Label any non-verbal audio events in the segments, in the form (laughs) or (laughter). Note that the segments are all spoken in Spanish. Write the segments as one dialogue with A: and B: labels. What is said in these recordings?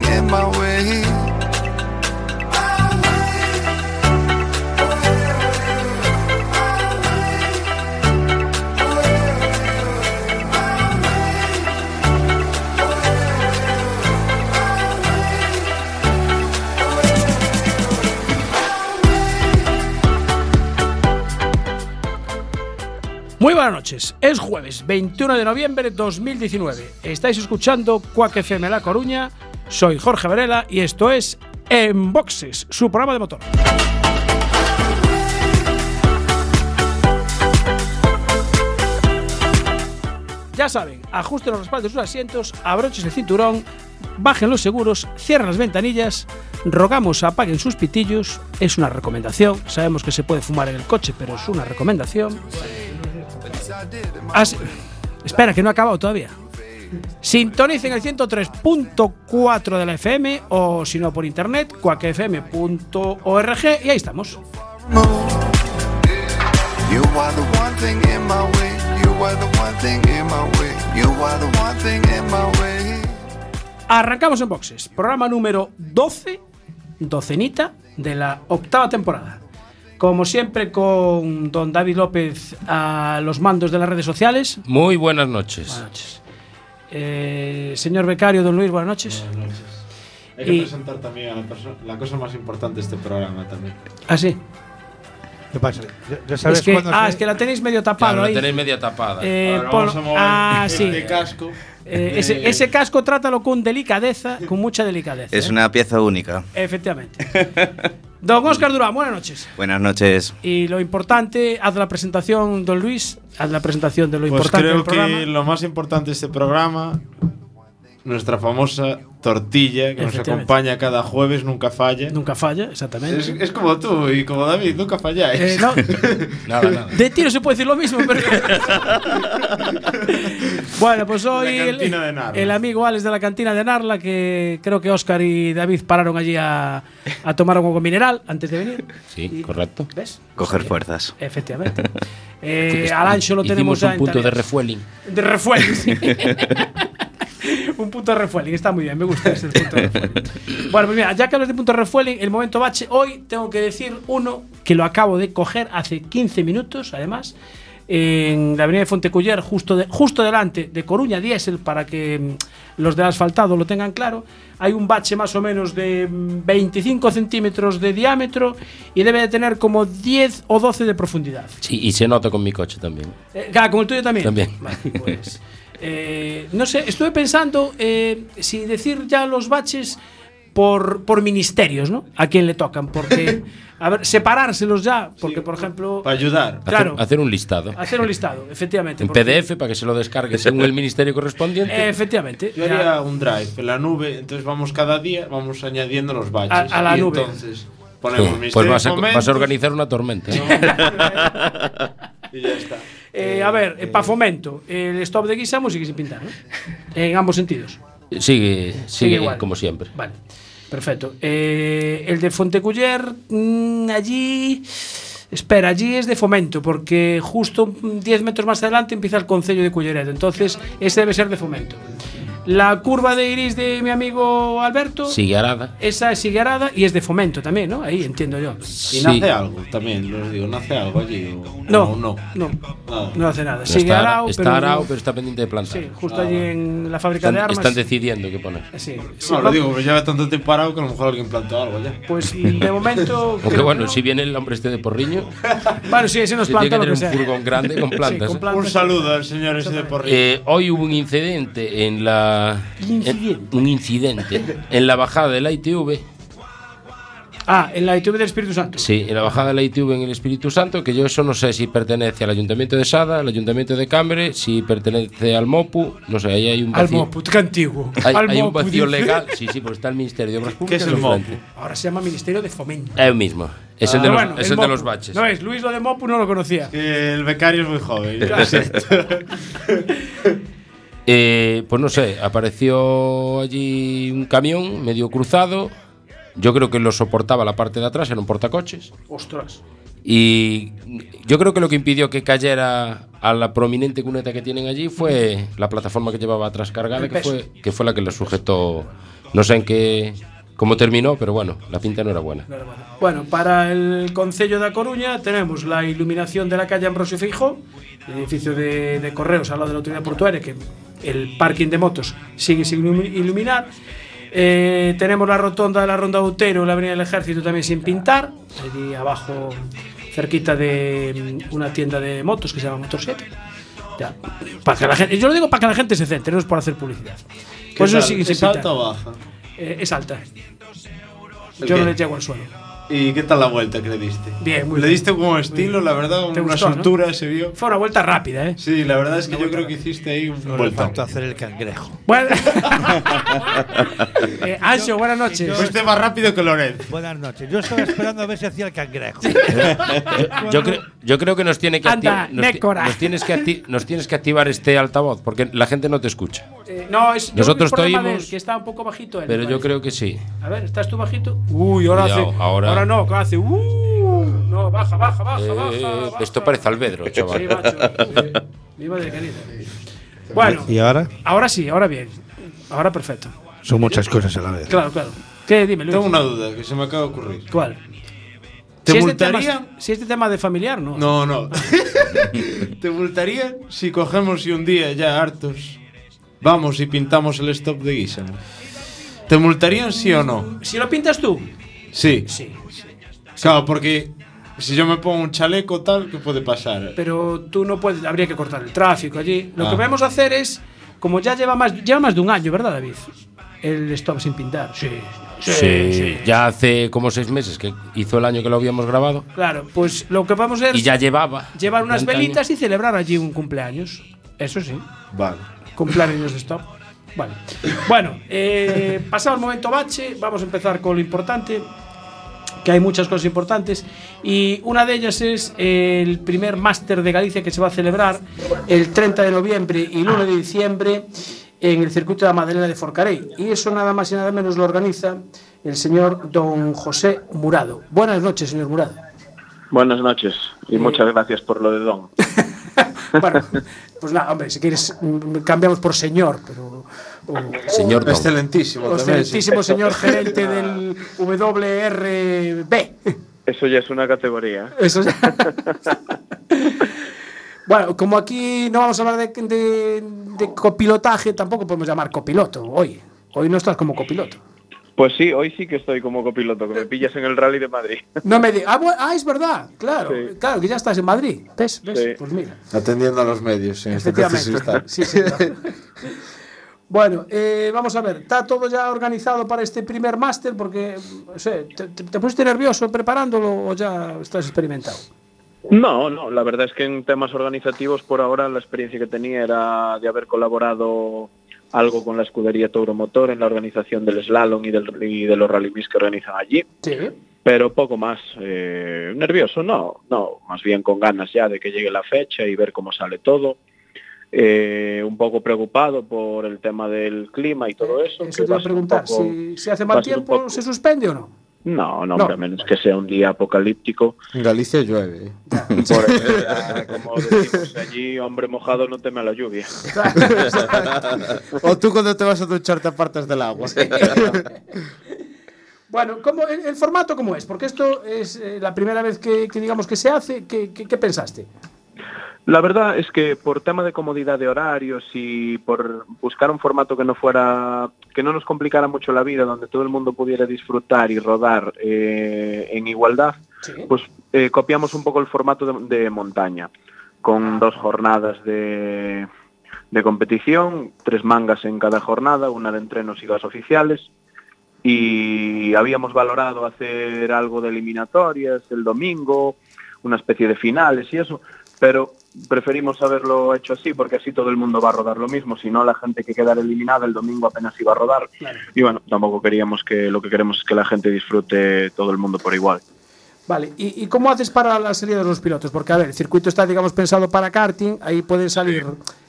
A: in my way.
B: Muy buenas noches, es jueves 21 de noviembre de 2019. Estáis escuchando Cuac FM La Coruña, soy Jorge Varela y esto es En Boxes, su programa de motor. Ya saben, ajusten los respaldos de sus asientos, abrochen el cinturón, bajen los seguros, cierren las ventanillas, rogamos apaguen sus pitillos, es una recomendación, sabemos que se puede fumar en el coche, pero es una recomendación. Así- Ah, espera, que no ha acabado todavía. Sintonicen el 103.4 de la FM o si no por internet, cuacfm.org y ahí estamos.
A: You are the one thing in my way. You are the one thing in my way. You are the one thing in my way.
B: Arrancamos en boxes, programa número 12, docenita de la octava temporada. Como siempre con don David López a los mandos de las redes sociales.
C: Muy buenas noches.
B: Buenas noches. Eh, señor becario, don Luis, buenas noches.
D: Hay que
B: Y-
D: presentar también a la, perso- la cosa más importante de este programa también.
B: Así.
E: ¿Qué pasa? ¿Ya- ¿Ya sabes
B: es que,
E: cuándo
B: ah,
E: se-
B: es que la tenéis medio tapada
C: Claro, la
B: ahí.
C: tenéis media tapada.
B: Eh,
D: Ahora
B: pon-
D: vamos a mover
B: ah, sí.
D: este (laughs) casco.
B: Eh,
D: Eh,
B: ese, ese casco trátalo con delicadeza, con mucha delicadeza.
F: Es
B: ¿eh?
F: una pieza única.
B: Efectivamente. Don Oscar Durán, buenas noches.
F: Buenas noches.
B: Y lo importante, haz la presentación, don Luis, haz la presentación de lo
D: pues
B: importante
D: creo
B: del programa.
D: que lo más importante de este programa, nuestra famosa tortilla que nos
B: Efectivamente.
D: acompaña cada jueves, nunca falla.
B: Nunca falla, exactamente.
D: Es, es como tú y como David, nunca falláis.
B: Eh,
D: (laughs)
B: no,
C: Nada, nada.
B: de ti no se puede decir lo mismo, pero. bueno, pues hoy
D: La
B: el,
D: cantina de Narla.
B: el amigo Alex de la cantina de Narla, que creo que Oscar y David pararon allí a, a tomar agua con mineral antes de venir.
C: Sí,
B: Y-
C: correcto.
B: ¿Ves?
F: Coger fuerzas.
C: (laughs)
B: Efectivamente. Eh, al Ancho lo tenemos
C: Hicimos
B: ya
C: un
B: en
C: punto de
B: tareas.
C: refueling.
B: De refueling. sí. (laughs)
C: (laughs)
B: un punto de refueling, está muy bien, me gusta ese punto de refueling. Bueno, pues mira, ya que hablas de punto de refueling, el momento bache, hoy tengo que decir uno que lo acabo de coger hace 15 minutos, además, en la avenida de Fonteculler, justo, de- justo delante de Coruña Diesel, para que mm, los del asfaltado lo tengan claro. Hay un bache más o menos de mm, 25 centímetros de diámetro y debe de tener como 10 o 12 de profundidad.
C: Sí, y se nota con mi coche también.
B: Eh, claro, como el tuyo también.
C: También.
B: Vale, pues, eh, no sé, estuve pensando eh, si decir ya los baches por, por ministerios, ¿no? A quién le tocan, porque. A ver, separárselos ya, porque, por ejemplo.
D: (laughs) Para ayudar.
C: Hacer,
B: Claro. Ah,
C: hacer un listado.
B: Hacer un listado, efectivamente.
C: En
B: porque-
C: PDF para que se lo descargue según el ministerio
B: Eh,
C: correspondiente.
B: Efectivamente.
D: Yo
B: ya.
D: haría un drive en la nube, entonces vamos cada día, vamos añadiendo los baches.
B: A- a la
D: y
B: nube.
D: Entonces ponemos
C: Pues
D: Ministerio
C: vas a,
D: de
C: vas a
D: Fomentos
C: organizar una tormenta.
B: (laughs)
D: (laughs) Y ya está.
B: Eh, a ver, para fomento, el stop de guisa, música sin pintar, ¿no? En ambos sentidos.
C: Sigue, sigue,
B: igual.
C: como siempre.
B: Vale, perfecto. Eh, el de Fonteculler, mm, allí. Espera, allí es de fomento, porque justo mm, 10 metros más adelante empieza el concello de Culleredo. Entonces, ese debe ser de fomento. La curva de iris de mi amigo Alberto,
C: Sigue Arada.
B: esa es Sigarada y es de fomento también, ¿no? Ahí entiendo yo.
D: Y
C: Sí.
D: nace algo también, los digo, nace algo allí. o-
B: No,
D: o
B: no, no,
D: Nada.
B: hace nada.
C: Está,
B: Sigue
C: Ara-
B: Arao,
C: está
B: pero.
C: Arao, pero está pendiente de plantar.
B: sí, justo allí en la fábrica
C: están,
B: de armas.
C: están decidiendo qué poner.
B: Sí, sí,
D: Ah, No, lo
B: va-
D: digo, pero lleva tanto tiempo parado que a lo mejor alguien plantó algo ya.
B: Pues de momento.
C: (laughs)
B: creo que
C: Aunque bueno,
B: no.
C: si viene el hombre este de Porriño,
B: Bueno, sí, ese nos
C: se tiene que
B: planta lo
C: tener
B: que
C: un
B: sea.
C: furgón grande con
B: Sí,
C: plantas.
B: con
C: ¿eh?
B: plantas.
D: Un saludo al señor ese de Porriño.
C: Eh, hoy hubo un incidente en la.
B: Incidente.
C: en- un incidente en la bajada de la ITV.
B: Ah, en la ITV del Espíritu Santo.
C: Sí, en la bajada de la ITV en el Espíritu Santo, que yo eso no sé si pertenece al Ayuntamiento de Sada, al Ayuntamiento de Cambre, si pertenece al MOPU, no sé, ahí hay un
B: Al
C: vacío.
B: MOPU, qué antiguo.
C: Hay,
B: Al
C: hay un
B: MOPU,
C: vacío
B: dice.
C: legal. Sí, sí, porque está el Ministerio de Obras Públicas.
D: es el
C: enfrente.
D: MOPU?
B: Ahora se llama Ministerio de Fomento.
C: Es el mismo. Es el de
B: Pero
C: los,
B: Ah, bueno,
C: es
B: el
C: el de
B: MOPU.
C: los baches.
B: No es, Luis lo de MOPU no lo conocía.
D: Que el becario es muy joven. yo lo siento.
B: (laughs)
C: Eh, pues no sé, apareció allí un camión medio cruzado. Yo creo que lo soportaba la parte de atrás, era un portacoches.
B: Ostras.
C: Y yo creo que lo que impidió que cayera a la prominente cuneta que tienen allí fue la plataforma que llevaba atrás cargada,
B: El
C: que
B: peso.
C: fue, que fue la que lo sujetó No sé en qué cómo terminó, pero bueno, la pinta no era buena.
B: Claro, bueno. Bueno, para el Concello da Coruña tenemos la iluminación de la calle Ambrosio Fijo, el edificio de, de correos al lado de la autoridad portuaria, que el parking de motos sigue sin ilumi- iluminar. Eh, tenemos la rotonda de la Ronda Utero, la Avenida del Ejército también sin pintar, allí abajo, cerquita de mm, una tienda de motos que se llama Motor 7. Ya, para que la gente, yo lo digo para que la gente se centre, no es por hacer publicidad. Por Pues eso
D: tal?
B: sigue sin
D: ¿Es alta
B: pintar.
D: o baja?
B: Eh, es alta.
D: ¿El
B: Yo no
D: qué?
B: le llego al suelo.
D: ¿Y qué tal la vuelta que le diste?
B: Bien, muy
D: Le
B: bien.
D: diste como estilo, la verdad,
B: ¿Te
D: una
B: gustó, no?
D: soltura se vio.
B: Fue una vuelta rápida, ¿eh?
D: Sí, la verdad es que yo creo que hiciste ahí un vuelta.
E: Faltó hacer el cangrejo.
B: Bueno. (laughs) eh, Ancho, buenas noches.
D: Fuiste más rápido que Lorenz.
E: Buenas noches. Yo estaba esperando a ver si hacía el cangrejo.
C: Eh, Yo, creo, yo creo que nos tiene que
B: Anda,
C: acti- nos ti-
B: nécora.
C: nos tienes que acti- nos tienes que activar este altavoz porque la gente no te escucha.
B: Eh, no, es, yo creo que
C: Nosotros
B: es problema de él,
C: oímos,
B: que está un poco bajito. él,
C: Pero
B: me
C: yo
B: parece.
C: creo que sí.
B: A ver, ¿estás tú bajito? Uy, ahora
C: Cuidado,
B: hace.
C: ahora-
B: no, que hace. Uh, no, baja, baja, baja,
C: Eh,
B: baja,
C: eh,
B: baja.
C: esto parece Alvedro,
B: Sí,
C: chaval.
B: macho. eh, Mi madre querida. Bueno,
E: ¿Y ahora?
B: ahora sí, ahora bien. Ahora perfecto.
E: Son muchas cosas a la vez.
B: Claro, claro. ¿Qué? Dime, Luis.
D: Tengo una duda que se me acaba de ocurrir.
B: ¿Cuál?
D: ¿Te
B: si Este
D: multarían?
B: tema, es- si este tema de familiar, ¿no?
D: No, no. (laughs) ¿Te multaría si cogemos y un día ya hartos vamos y pintamos el stop de Guisana? ¿Te multarían sí o no?
B: Si lo pintas tú.
D: Sí.
B: Sí, sí.
D: Claro, porque si yo me pongo un chaleco tal, ¿qué puede pasar?
B: pero tú no puedes, habría que cortar el tráfico allí. Lo
D: Ah.
B: que vamos a hacer es, como ya lleva más, lleva más de un año, ¿verdad, David? El stop sin pintar. Sí.
C: Sí, ya hace como seis meses que hizo el año que lo habíamos grabado
B: Claro, pues lo que vamos a hacer
C: y
B: es
C: ya llevaba.
B: llevar unas
C: 30 años.
B: velitas y celebrar allí un cumpleaños. Eso sí,
D: Vale.
B: cumpleaños de stop. Vale. Bueno, eh, pasado el momento bache, vamos a empezar con lo importante, que hay muchas cosas importantes, y una de ellas es el primer máster de Galicia que se va a celebrar el 30 de noviembre y el 1 de diciembre en el circuito de la Madalena de Forcarey. Y eso nada más y nada menos lo organiza el señor don José Murado. Buenas noches, señor Murado.
G: Buenas noches y muchas gracias por lo de Don.
B: Bueno, pues nada, hombre, si quieres mm, cambiamos por señor, pero... o-
C: Señor Tom.
D: Excelentísimo. también, sí. (laughs)
B: Excelentísimo señor gerente del WRB.
G: Eso ya es una categoría.
B: Eso
D: (laughs)
B: ya. Bueno, como aquí no vamos a hablar de, de- de copilotaje, tampoco podemos llamar copiloto hoy. Hoy no estás como copiloto.
G: Pues sí, hoy sí que estoy como copiloto, que me pillas en el Rally de Madrid.
B: No me digas. Ah, bu- ah, es verdad, claro.
G: Sí.
B: Claro, que ya estás en Madrid. ¿Ves? ¿Ves?
G: Sí.
B: Pues mira.
D: Atendiendo a los medios en este preciso
B: Efectivamente.
D: instante.
B: Sí, sí, claro. Bueno, eh, vamos a ver, está todo ya organizado para este primer máster porque, no sé, ¿te, te, te pusiste nervioso preparándolo o ya estás experimentado?
G: No, no, la verdad es que en temas organizativos por ahora la experiencia que tenía era de haber colaborado algo con la escudería Touro Motor en la organización del slalom y, del, y de los rally que organizan allí,
B: Sí.
G: pero poco más. Eh, nervioso, no, no, más bien con ganas ya de que llegue la fecha y ver cómo sale todo. Eh, un poco preocupado por el tema del clima y todo eso. que
B: Eso te iba
G: va a
B: a
G: ser un
B: preguntar,
G: poco-
B: si, si hace
G: va
B: mal
G: a ser un
B: tiempo,
G: poco-
B: ¿se suspende o no?
G: No, no,
B: No.
G: hombre, a menos que sea un día
D: (laughs)
G: apocalíptico.
D: En Galicia llueve.
G: Por eso, ya, como decimos allí, hombre mojado no teme a la lluvia.
D: (laughs) o tú cuando te vas a duchar te apartas del agua.
B: Bueno, ¿cómo, el, el formato cómo es? Porque esto es eh, la primera vez que, que digamos que se hace, ¿qué, qué- qué pensaste?
G: La verdad es que por tema de comodidad de horarios y por buscar un formato que no fuera, que no nos complicara mucho la vida, donde todo el mundo pudiera disfrutar y rodar eh, en igualdad,
B: Sí.
G: pues eh, copiamos un poco el formato de, de montaña, con dos jornadas de, de competición, tres mangas en cada jornada, una de entrenos y gas oficiales. Y habíamos valorado hacer algo de eliminatorias el domingo, una especie de finales y eso, pero preferimos haberlo hecho así porque así todo el mundo va a rodar lo mismo, si no la gente que quedara eliminada el domingo apenas iba a rodar.
B: Claro.
G: Y bueno, tampoco queríamos que lo que queremos es que la gente disfrute todo el mundo por igual.
B: Vale, ¿Y, y cómo haces para la salida de los pilotos? Porque, a ver, el circuito está, digamos, pensado para karting, ahí pueden salir,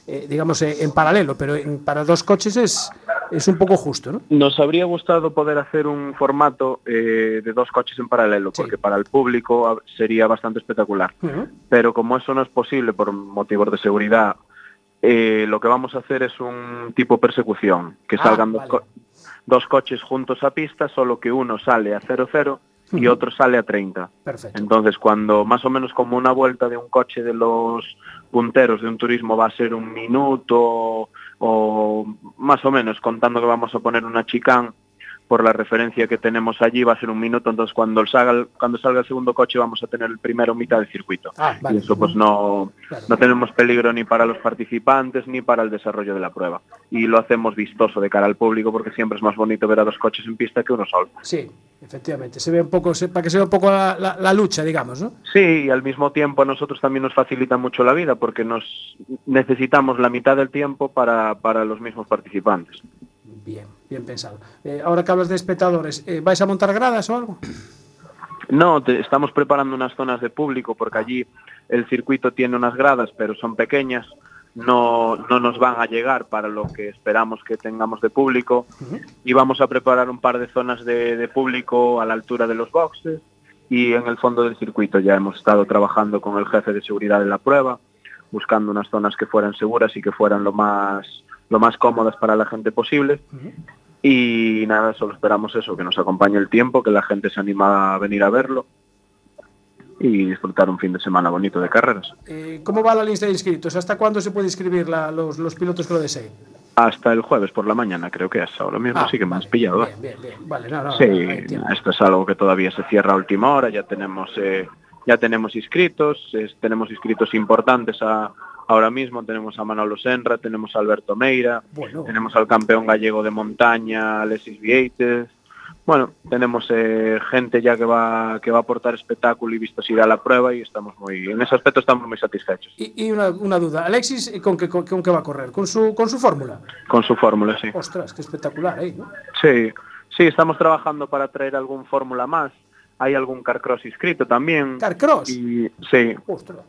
B: eh, digamos, eh, en paralelo, pero en- para dos coches es, es un poco justo, ¿no?
G: Nos habría gustado poder hacer un formato eh, de dos coches en paralelo,
B: Sí.
G: porque para el público ah, sería bastante espectacular. Pero como eso no es posible por motivos de seguridad, eh, lo que vamos a hacer es un tipo persecución, que
B: Ah,
G: salgan dos,
B: vale.
G: co- dos coches juntos a pista, solo que uno sale a 0,0 y
B: Ujú.
G: otro sale a 30.
B: Perfecto.
G: Entonces, cuando más o menos como una vuelta de un coche de los punteros de un turismo va a ser un minuto o más o menos, contando que vamos a poner una chicán por la referencia que tenemos allí, va a ser un minuto. Entonces, cuando salga el, cuando salga el segundo coche vamos a tener el primero mitad del circuito.
B: Ah, vale.
G: Y eso pues no,
B: Claro.
G: no tenemos peligro ni para los participantes ni para el desarrollo de la prueba. Y lo hacemos vistoso de cara al público porque siempre es más bonito ver a dos coches en pista que uno solo.
B: Sí, efectivamente. Se ve un poco, se- para que se vea un poco la, la- la lucha, digamos, ¿no?
G: Sí, y al mismo tiempo a nosotros también nos facilita mucho la vida porque nos necesitamos la mitad del tiempo para, para los mismos participantes.
B: Bien, bien pensado. Eh, ahora que hablas de espectadores, eh, ¿vais a montar gradas o algo?
G: No, te- estamos preparando unas zonas de público porque allí el circuito tiene unas gradas, pero son pequeñas, no, no nos van a llegar para lo que esperamos que tengamos de público y vamos a preparar un par de zonas de, de público a la altura de los boxes y en el fondo del circuito ya hemos estado trabajando con el jefe de seguridad de la prueba, buscando unas zonas que fueran seguras y que fueran lo más, lo más cómodas para la gente posible. Y nada, solo esperamos eso, que nos acompañe el tiempo, que la gente se anima a venir a verlo y disfrutar un fin de semana bonito de carreras.
B: Eh, ¿Cómo va la lista de inscritos? ¿Hasta cuándo se puede inscribir la- los, los pilotos que lo deseen?
G: Hasta el jueves por la mañana, creo que es ahora mismo,
B: Ah,
G: así que me has
B: vale.
G: pillado. ¿eh?
B: Bien, bien, bien. Vale, no, no,
G: Sí,
B: no hay tiempo.
G: esto es algo que todavía se cierra a última hora, ya tenemos eh, ya tenemos inscritos, es- tenemos inscritos importantes a- ahora mismo, tenemos a Manolo Senra, tenemos a Alberto Meira,
B: Bueno,
G: tenemos al campeón gallego de montaña, Alexis Vieites. Bueno, tenemos eh, gente ya que va que va a aportar espectáculo y vistosidad a la prueba y estamos muy en ese aspecto estamos muy satisfechos
B: y, y una, una duda. Alexis, eh, ¿con qué, con, con qué va a correr? ¿Con su, con su fórmula?
G: con su fórmula, sí.
B: Ostras, qué espectacular ¿eh? ahí, ¿no?
G: Sí, sí, estamos trabajando para traer algún fórmula más. Hay algún carcross inscrito también.
B: Carcross.
G: Y sí,
B: Ostras.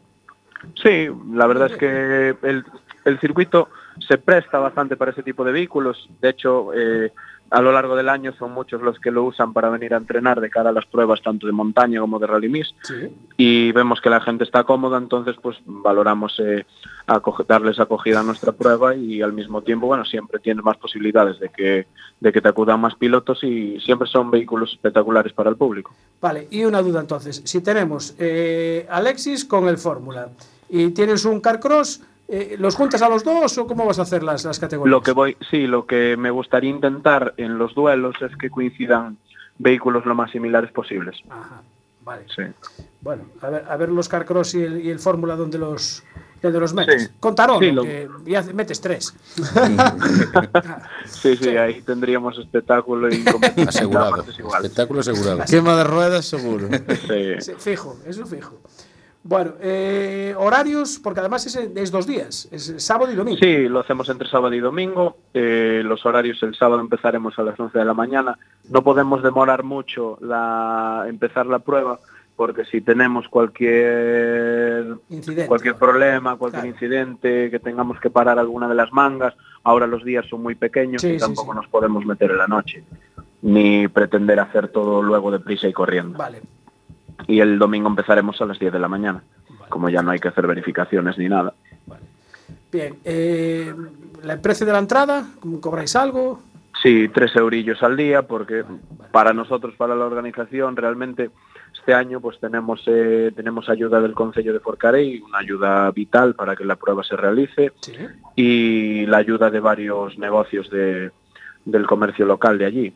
G: sí, la verdad es que el, el circuito se presta bastante para ese tipo de vehículos. De hecho, eh, a lo largo del año son muchos los que lo usan para venir a entrenar de cara a las pruebas tanto de montaña como de rally mix
B: Sí.
G: y vemos que la gente está cómoda, entonces pues valoramos eh, acoge- darles acogida a nuestra prueba y al mismo tiempo, bueno, siempre tienes más posibilidades de que, de que te acudan más pilotos y siempre son vehículos espectaculares para el público.
B: Vale, y una duda entonces. Si tenemos eh, Alexis con el Fórmula y tienes un Carcross, eh, ¿los juntas a los dos o cómo vas a hacer las, las categorías?
G: Lo que voy, sí, lo que me gustaría intentar en los duelos es que coincidan vehículos lo más similares posibles.
B: Ajá, vale.
G: Sí.
B: Bueno, a ver, a ver los Carcross y el, y el Fórmula donde los, donde los metes.
G: Sí.
B: Con Tarón,
G: Sí, lo-
B: que y hace- metes tres.
G: sí, sí, ahí tendríamos espectáculo
C: (laughs)
G: y competitividad
C: Asegurado.
G: desigual.
C: Espectáculo asegurado.
D: Quema de ruedas seguro.
G: Sí.
B: Sí, fijo, eso fijo. Bueno, eh, horarios, porque además es, es dos días, Eh, es sábado y domingo.
G: Sí, lo hacemos entre sábado y domingo. Eh, los horarios el sábado empezaremos a las 11 de la mañana. No podemos demorar mucho la, empezar la prueba porque si tenemos cualquier
B: Incidente.
G: cualquier problema, cualquier
B: Claro.
G: incidente, que tengamos que parar alguna de las mangas, ahora los días son muy pequeños
B: Sí,
G: y
B: sí,
G: tampoco
B: sí.
G: nos podemos meter en la noche ni pretender hacer todo luego deprisa y corriendo.
B: Vale,
G: Y el domingo empezaremos a las 10 de la mañana, como ya no hay que hacer verificaciones ni nada.
B: bien. eh, ¿El precio de la entrada? ¿Cobráis algo?
G: Sí, tres eurillos al día, porque para nosotros, para la organización, realmente este año pues tenemos eh, tenemos ayuda del Consejo de Forcarey, una ayuda vital para que la prueba se realice
B: Sí.
G: y la ayuda de varios negocios de- del comercio local de allí.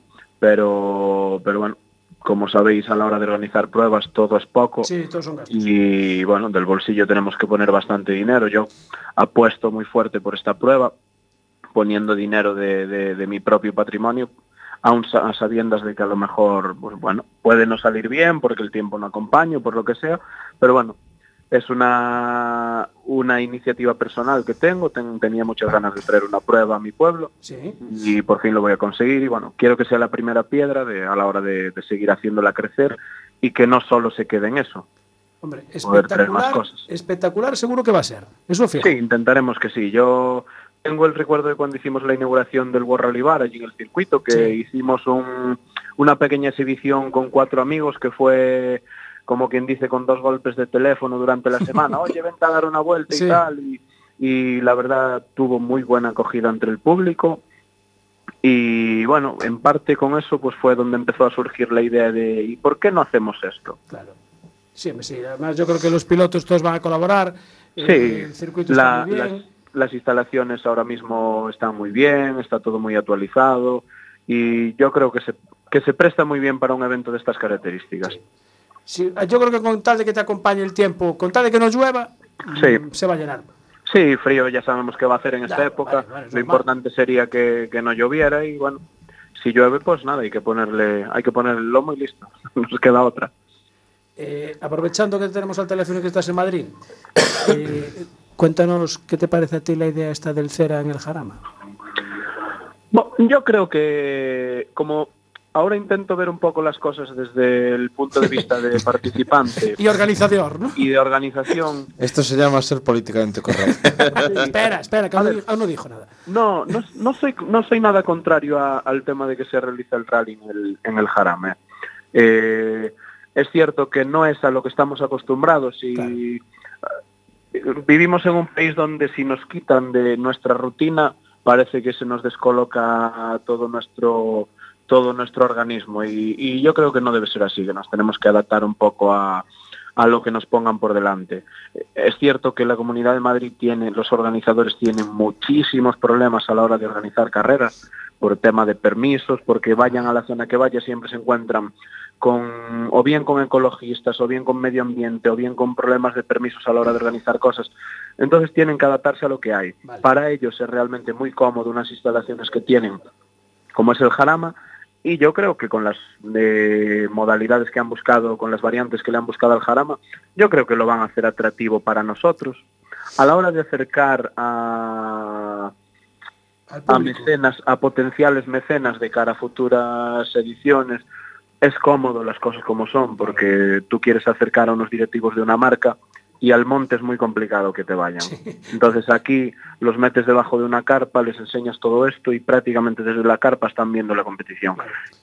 G: Pero, pero bueno, como sabéis, a la hora de organizar pruebas todo es poco.
B: Sí, todos son gastos.
G: Y bueno, del bolsillo tenemos que poner bastante dinero. Yo apuesto muy fuerte por esta prueba, poniendo dinero de, de- de mi propio patrimonio, aun sa- a sabiendas de que a lo mejor, pues bueno, puede no salir bien porque el tiempo no acompaña, o por lo que sea, pero bueno. Es una, una iniciativa personal que tengo, ten- tenía muchas ganas de traer una prueba a mi pueblo
B: Sí.
G: y por fin lo voy a conseguir y bueno, quiero que sea la primera piedra de- a la hora de, de seguir haciéndola crecer y que no solo se quede en eso,
B: Hombre,
G: poder traer más
B: espectacular,
G: cosas.
B: espectacular seguro que va a ser. Eso fijo.
G: Sí, intentaremos que sí. Yo tengo el recuerdo de cuando hicimos la inauguración del World Rally Bar allí en el circuito, que
B: Sí.
G: hicimos un- una pequeña exhibición con cuatro amigos que fue como quien dice con dos golpes de teléfono durante
B: (laughs)
G: la semana, oye, vente a dar una vuelta
B: Sí.
G: y tal, y, y la verdad tuvo muy buena acogida entre el público Y bueno, en parte con eso pues fue donde empezó a surgir la idea de ¿y por qué no hacemos esto?
B: Claro. Sí, hombre, sí. Además, yo creo que los pilotos todos van a colaborar.
G: Sí,
B: eh, el circuito está
G: la-
B: muy
G: las,
B: bien.
G: las instalaciones ahora mismo están muy bien, está todo muy actualizado y yo creo que se, que se presta muy bien para un evento de estas características.
B: Sí, yo creo que con tal de que te acompañe el tiempo, con tal de que no llueva,
G: Sí.
B: mm, se va a llenar.
G: Sí, frío ya sabemos que va a hacer en esta
B: Claro,
G: época.
B: vale, vale, es normal.
G: Lo importante sería que, que no lloviera y bueno, si llueve pues nada, hay que ponerle, hay que poner el lomo y listo. (laughs) Nos queda otra.
B: Eh, aprovechando que tenemos al teléfono y que estás en Madrid, eh, cuéntanos qué te parece a ti la idea esta del Cera en el Jarama.
G: Bueno, yo creo que como ahora intento ver un poco las cosas desde el punto de
B: (laughs)
G: vista de participante
B: Y organizador, ¿no?
G: y de organización,
D: Esto se llama ser políticamente correcto.
B: espera, espera, que
G: A
B: aún no,
G: ver.
B: di- aún no dijo nada.
G: No, no, no soy, no soy nada contrario a- al tema de que se realiza el rally en el, en el Jarama. Eh, es cierto que no es a lo que estamos acostumbrados y
B: Claro.
G: eh, vivimos en un país donde si nos quitan de nuestra rutina parece que se nos descoloca todo nuestro todo nuestro organismo y, y yo creo que no debe ser así, que nos tenemos que adaptar un poco a, a lo que nos pongan por delante. Eh, Es cierto que la Comunidad de Madrid tiene, los organizadores tienen muchísimos problemas a la hora de organizar carreras por tema de permisos, porque vayan a la zona que vaya siempre se encuentran con o bien con ecologistas, o bien con medio ambiente, o bien con problemas de permisos a la hora de organizar cosas. Entonces tienen que adaptarse a lo que hay.
B: Vale.
G: Para ellos es realmente muy cómodo unas instalaciones que tienen, como es el Jarama, y yo creo que con las eh, modalidades que han buscado, con las variantes que le han buscado al Jarama, yo creo que lo van a hacer atractivo para nosotros. A la hora de acercar a,
B: Al
G: a
B: público.
G: mecenas, a potenciales mecenas de cara a futuras ediciones, es cómodo las cosas como son, porque tú quieres acercar a unos directivos de una marca y al monte es muy complicado que te vayan. Entonces aquí los metes debajo de una carpa, les enseñas todo esto y prácticamente desde la carpa están viendo la competición.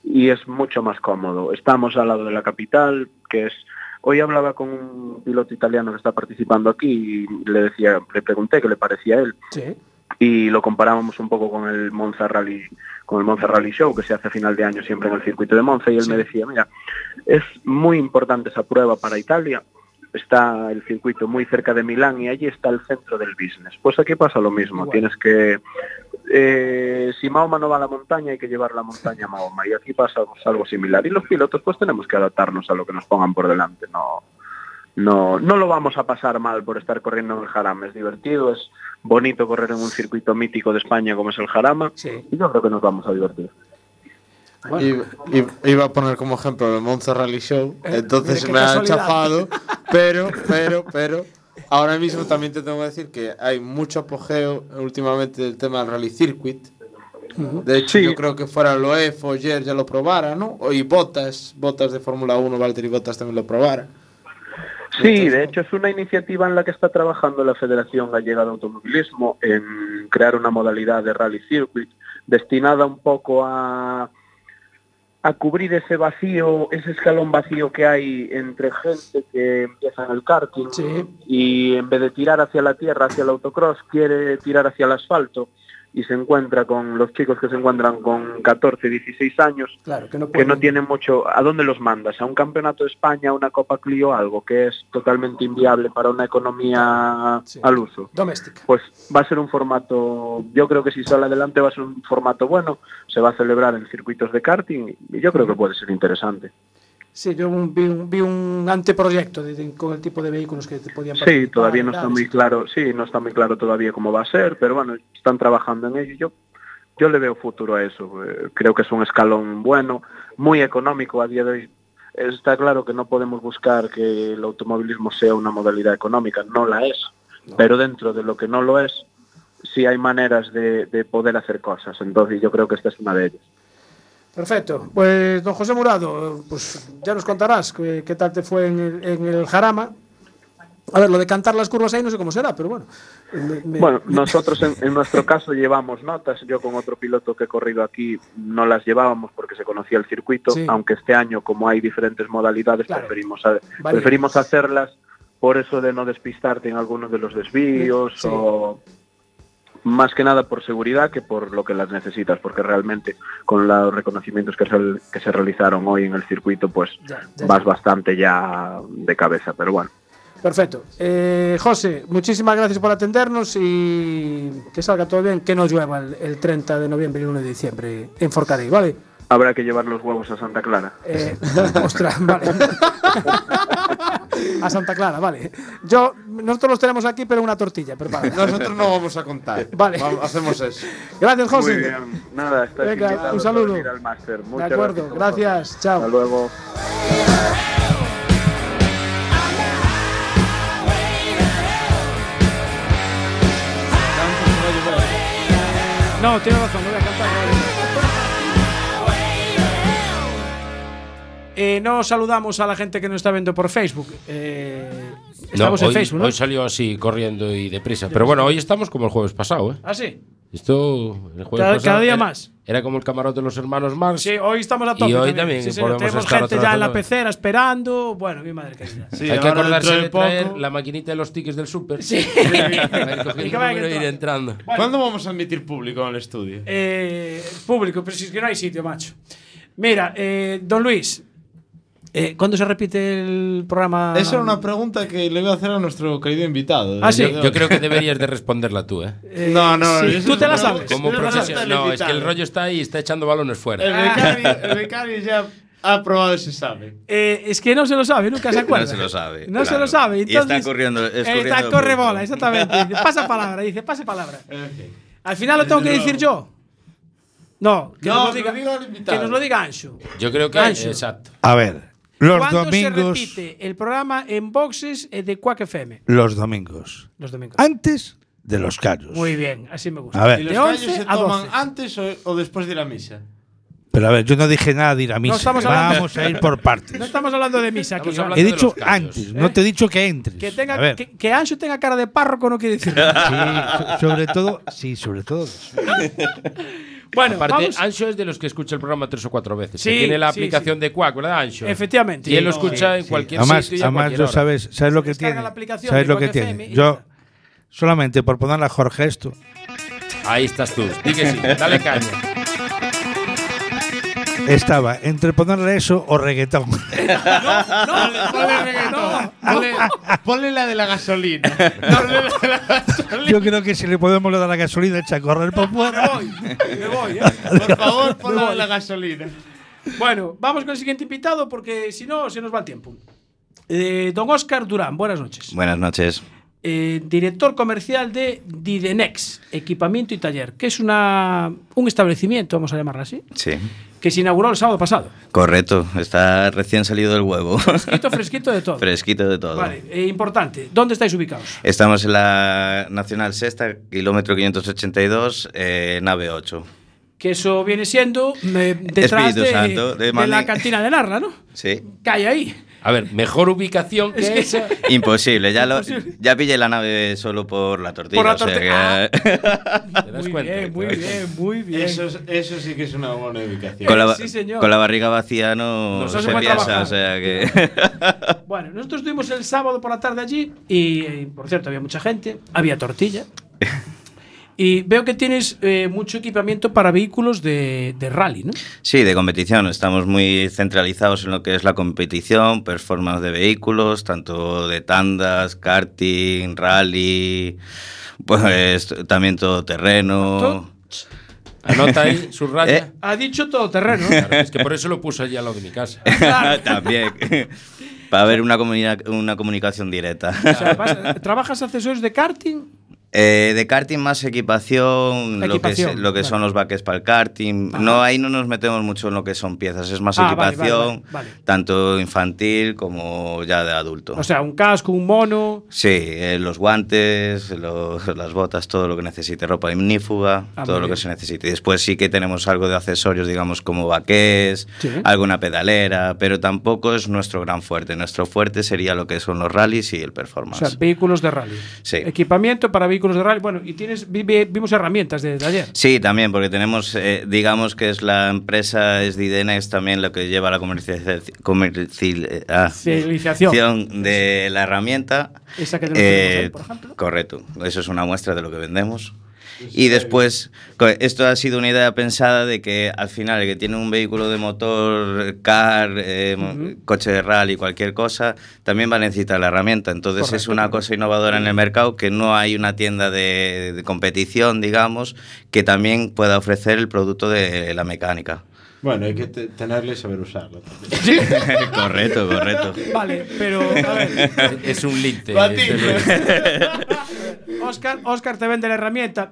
G: Y es mucho más cómodo. Estamos al lado de la capital, que es... Hoy hablaba con un piloto italiano que está participando aquí y le decía, le pregunté qué le parecía a él
B: Sí.
G: y lo comparábamos un poco con el Monza Rally con el Monza Rally Show que se hace a final de año siempre en el circuito de Monza y él me decía mira es muy importante esa prueba para Italia está el circuito muy cerca de Milán y allí está el centro del business pues aquí pasa lo mismo
B: Igual.
G: tienes que eh, si Mahoma no va a la montaña hay que llevar la montaña a Mahoma y aquí pasa pues, algo similar y los pilotos pues tenemos que adaptarnos a lo que nos pongan por delante no no, no lo vamos a pasar mal por estar corriendo en el Jarama. Es divertido, es bonito correr en un circuito mítico de España como es el Jarama.
B: Sí.
G: Y yo creo que nos vamos a divertir.
B: (laughs) Bueno,
D: Iba, iba- iba a poner como ejemplo el Monza Rally Show,
B: Eh,
D: entonces
B: mira qué
D: me ha
B: casualidad. (laughs)
D: chafado, pero, pero, pero, ahora mismo también te tengo que decir que hay mucho apogeo últimamente del tema del Rally Circuit. De hecho, yo creo que fuera Loef o Yer ya lo probara, ¿no? O- Y Botas, Botas de Fórmula 1, Valtteri Botas también lo probara.
G: Sí, de hecho es una iniciativa en la que está trabajando la Federación Gallega de Automovilismo en crear una modalidad de rally circuit destinada un poco a, a cubrir ese vacío, ese escalón vacío que hay entre gente que empieza en el karting
B: Sí.
G: y en vez de tirar hacia la tierra, hacia el autocross, quiere tirar hacia el asfalto y se encuentra con los chicos que se encuentran con 14, 16 años
B: claro, que no
G: que no
B: pueden-
G: tienen mucho... ¿A dónde los mandas? ¿A un campeonato de España, a una Copa Clio, algo que es totalmente inviable para una economía
B: Sí.
G: al uso?
B: Doméstica.
G: Pues va a ser un formato, yo creo que si sale adelante va a ser un formato bueno, se va a celebrar en circuitos de karting y yo creo que puede ser interesante.
B: Sí, yo un- vi, un, vi un anteproyecto de- de- con el tipo de vehículos que te podían
G: Sí, todavía
B: participar,
G: no está
B: tales.
G: muy claro, sí, no está muy claro todavía cómo va a ser, pero bueno, están trabajando en ello. Yo, yo le veo futuro a eso. eh, Creo que es un escalón bueno, muy económico a día de hoy. Está claro que no podemos buscar que el automovilismo sea una modalidad económica, no la es, pero dentro de lo que no lo es, sí hay maneras de, de poder hacer cosas. Entonces yo creo que esta es una de ellas.
B: Perfecto. Pues, don José Murado, pues ya nos contarás qué, qué tal te fue en el, en el Jarama. A ver, lo de cantar las curvas ahí no sé cómo será, pero bueno. Me- me-
G: Bueno, nosotros en, en nuestro caso llevamos notas. Yo con otro piloto que he corrido aquí no las llevábamos porque se conocía el circuito,
B: Sí.
G: aunque este año como hay diferentes modalidades
B: Claro.
G: preferimos, a-
B: Vale.
G: preferimos hacerlas por eso de no despistarte en algunos de los desvíos
B: Sí.
G: o más que nada por seguridad que por lo que las necesitas, porque realmente con los reconocimientos que se, que se realizaron hoy en el circuito, pues
B: Ya, ya
G: vas
B: está.
G: bastante ya de cabeza, pero bueno.
B: Perfecto. Eh, José, muchísimas gracias por atendernos y que salga todo bien, que no llueva el, el 30 de noviembre y el 1 de diciembre en Forcarey, ¿vale?
G: Habrá que llevar los huevos a Santa Clara.
B: Eh, (laughs) ostras, vale.
D: (laughs)
B: A Santa Clara, vale. Yo, nosotros los tenemos aquí, pero una tortilla, preparada.
D: (laughs) Nosotros no vamos a contar.
B: (laughs) Vale.
D: Vamos- hacemos eso.
B: Gracias, José.
G: Muy bien. Nada, estáis
B: Venga,
G: invitados
B: un
G: a
B: saludo.
G: venir al máster.
B: De
G: (laughs) Muchas
B: acuerdo,
G: a vosotros.
B: gracias. Chao.
G: Hasta luego.
B: No, tiene razón, no voy a cantar. Eh, no saludamos a la gente que nos está viendo por Facebook. Eh, estamos
C: No,
B: en
C: hoy,
B: Facebook, ¿no?
C: hoy salió así corriendo y deprisa. Pero bueno, hoy estamos como el jueves pasado, ¿eh?
B: ah, sí.
C: Esto, el jueves
B: Cada-
C: pasado
B: cada día
C: era-
B: más.
C: Era como el camarote de los hermanos
B: Pues
C: Marx.
B: Sí, hoy estamos a tope.
C: Y hoy también
B: Sí, señor,
C: podemos
B: Tenemos
C: estar
B: gente
C: otra
B: ya
C: vez
B: en la
C: otra vez.
B: pecera esperando. Bueno, mi madre querida.
C: Hay que
E: ahora dentro
C: acordarse
E: de
C: de traer
E: poco-
C: la maquinita de los tickets del súper.
B: Sí.
C: Para ir
B: Y
C: cogiendo
B: que vayan
C: número e ir entrando.
D: ¿Cuándo vamos a admitir público en el estudio?
B: Eh, público, pero si es que no hay sitio, macho. Mira, eh, don Luis, eh, ¿cuándo se repite el programa?
D: Esa era una pregunta que le iba a hacer a nuestro querido invitado.
B: Ah, sí.
C: Yo creo que deberías de responderla tú, ¿eh?
B: Eh,
D: No, no,
B: sí,
D: eso
B: tú
D: es
B: te la
D: una-
B: sabes.
C: Como
D: Es la
C: profesional.
D: respuesta
C: No, es
D: limitada.
C: que el rollo está ahí y está echando balones
D: El
C: fuera.
D: becario, el becario ya ha probado ese sabe.
B: Eh, es que no se lo sabe, nunca se acuerda.
F: No se lo sabe.
B: No se
F: claro.
B: lo sabe.
F: y
B: Entonces,
F: está corriendo.
B: Eh,
F: es
B: está
F: corriendo
B: corre
F: mucho.
B: bola, exactamente. Dice, pasa palabra, dice, pasa palabra. Al final lo tengo que decir yo. No, que,
D: No,
B: nos, lo
D: que
B: diga,
D: lo diga el invitado.
B: que nos lo diga Anxo.
C: (laughs) Yo creo que.
B: Ancho.
C: Exacto.
E: A ver, los
B: ¿Cuándo
E: domingos.
B: se repite el programa en boxes eh, de Quack FM?
E: Los domingos.
B: Los domingos.
E: Antes de los callos.
B: Muy bien, así me gusta.
E: A ver.
D: ¿Y
E: ¿Y
D: los
B: de 11
D: callos se
B: a
D: toman
B: 12.
D: antes o, o después de la misa?
E: Pero a ver, yo no dije nada de ir a misa.
B: estamos hablando-
E: Vamos a ir por partes.
B: No estamos hablando de misa aquí.
C: Estamos
B: ¿no?
C: hablando
E: He
C: de
E: dicho
C: los callos,
E: antes,
C: ¿eh?
E: no te he dicho que entres.
B: Que,
E: A
B: tenga,
E: ver.
B: que, que Anxo tenga cara de párroco no quiere decir nada.
E: Sí, so- sobre todo, sí, sobre todo.
B: Bueno,
C: Aparte,
B: vamos.
C: Ancho es de los que escucha el programa tres o cuatro veces.
B: Sí,
C: que tiene la
B: sí,
C: aplicación de Quack, ¿verdad, Ancho?
B: Efectivamente.
C: Y él lo
B: Sí,
C: escucha en
E: Sí.
C: cualquier
E: además,
C: sitio y a
E: además
C: cualquier
E: yo
C: hora.
E: sabes, sabes lo que
B: Descarga
E: tiene.
B: la aplicación
E: Sabes
B: de
E: lo que
B: Quack
E: tiene.
B: FM y ya
E: Yo solamente por ponerle a Jorge esto.
C: Ahí estás tú. Di que sí. Dale caña.
E: Estaba entre ponerle eso o
B: (laughs)
E: reggaetón.
D: Ponle, ponle reggaetón. Ponle, ponle la de la gasolina. Ponle la de la gasolina.
E: Yo creo que si le podemos dar la gasolina, echa a correr
B: (laughs)
E: por fuera.
B: Me voy, ¿eh?
D: Por favor, pon la de la gasolina.
B: Bueno, vamos con el siguiente invitado porque si no, se nos va el tiempo. Eh, don Oscar Durán, buenas noches.
F: Buenas noches.
B: Eh, director comercial de Didenex, equipamiento y taller, que es una, un establecimiento, vamos a llamarlo así,
F: Sí.
B: que se inauguró el sábado pasado.
F: Correcto. Está recién salido del huevo.
B: Fresquito, fresquito de
E: (laughs)
B: todo.
F: (laughs) Fresquito de todo.
B: Vale, eh, importante. ¿Dónde estáis ubicados?
F: Estamos en la Nacional Sexta, kilómetro 582, eh, nave 8.
B: Que eso viene siendo eh, detrás
F: Espíritu
B: de,
F: Santo, de
B: de la
F: Manning.
B: cantina de Narra, ¿no?
F: Sí.
B: Calle ahí.
C: A ver, mejor ubicación que,
B: Es que- (laughs)
C: esa.
F: Imposible, ya, lo-
B: Imposible.
F: ya pillé la nave solo por la tortilla.
B: Por la
F: o sea
B: tortilla. Ah.
F: que- (laughs)
C: ¿Te das
B: Muy
C: cuenta?
B: bien, muy bien, muy bien.
D: Eso, es- eso sí que es una buena ubicación.
F: con, la,
B: Sí, señor.
F: con la barriga vacía no,
B: No se
F: se,
B: puede
F: piensa,
B: trabajar.
F: o sea que... (laughs)
B: Bueno, nosotros estuvimos el sábado por la tarde allí y, eh, por cierto, había mucha gente, había
F: (laughs)
B: tortilla. Y veo que tienes eh, mucho equipamiento para vehículos de, de rally,
F: (laughs)
B: ¿no?
F: sí, de competición. Estamos muy centralizados en lo que es la competición, performance de vehículos, tanto de tandas, karting, rally, pues también
B: To-
F: todoterreno. (laughs)
C: Anota ahí, subraya.
F: Eh.
B: Ha dicho todo terreno.
C: Claro, es que por eso lo puse allí al lado de mi casa.
F: Eh, (laughs)
C: (laughs)
F: también. Para ver una, comuni- una comunicación directa.
B: O sea, vas- trabajas accesorios de karting,
F: Eh, de karting más equipación, lo que,
B: Equipación,
F: se- lo que
B: vale.
F: son los baques para el karting. No, ahí no nos metemos mucho en lo que son piezas, es más
B: Ah, vale, vale,
F: equipación,
B: vale, vale. Pues-
F: tanto infantil como ya de adulto.
B: o sea, un casco, un mono.
F: sí, eh, los guantes, los- (laughs) las botas, todo lo que necesite, ropa ignífuga,
B: Ah,
F: todo
B: muy
F: lo que
B: bien.
F: se necesite. Y Después sí que tenemos algo de accesorios, digamos, como baques,
B: Sí.
F: alguna pedalera, pero tampoco es nuestro gran fuerte. Nuestro fuerte sería lo que son los rallies y el
B: O
F: performance.
B: sea, vehículos de rally.
F: Sí.
B: Equipamiento para vehículos de rally. Bueno, y tienes vi- vi- vimos herramientas desde ayer.
F: Sí, también, porque tenemos, eh, digamos que es la empresa, es Didenex también lo que lleva la comercialización,
B: Civilización.
F: de la herramienta.
B: Esa que tenemos en el
F: Eh,
B: museo, por ejemplo.
F: Correcto, eso es una muestra de lo que vendemos. Y después, co- esto ha sido una idea pensada de que al final el que tiene un vehículo de motor, car, eh, mo- coche de rally, cualquier cosa, también va a necesitar la herramienta. Entonces es una cosa innovadora en el mercado que no hay una tienda de, de competición, digamos, que también pueda ofrecer el producto de la mecánica.
D: Bueno, hay que te- tenerle y saber usarlo.
C: (laughs)
F: correcto, correcto.
B: Vale, pero a ver,
C: Es un lead. de-
D: Batillo.
C: de-
B: (laughs) Oscar, Oscar te vende la herramienta.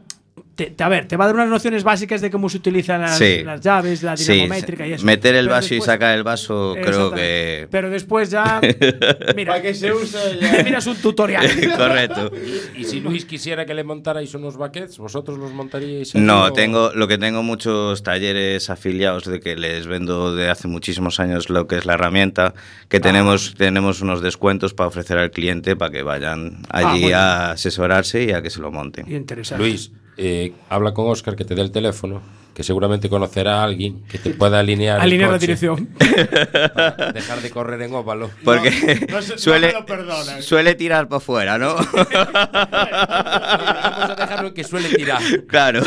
B: Te- te- a ver, te va a dar unas nociones básicas de cómo se utilizan las,
F: Sí.
B: las llaves, la
F: Sí,
B: dinamométrica y eso.
F: meter el
B: Pero
F: vaso y
B: después-
F: sacar el vaso creo
B: Exactamente.
F: que...
B: Pero después
F: (laughs)
B: ya. ah, Mira,
D: Para que se use
B: te
D: ya.
B: miras un tutorial.
F: correcto.
C: Y si Luis quisiera que le montarais unos baquets, vosotros los montaríais. ahí
F: No,
C: o-
F: tengo lo que tengo muchos talleres afiliados de que les vendo de hace muchísimos años lo que es la herramienta, que
H: Ah.
F: tenemos tenemos unos descuentos para ofrecer al cliente para que vayan
H: Ah,
F: allí
B: bueno.
F: a asesorarse y a que se lo monten.
B: Y interesante.
C: Luis, eh, habla con Oscar que te dé el teléfono, que seguramente conocerá a alguien que te pueda alinear. el
B: Alinear la
C: coche,
B: dirección.
C: para Dejar de correr en óvalo.
F: Porque
H: no se- no
F: suele
H: me lo perdonas. (laughs)
F: suele tirar para afuera, ¿no?
C: Vamos a dejarlo en que suele tirar.
F: claro.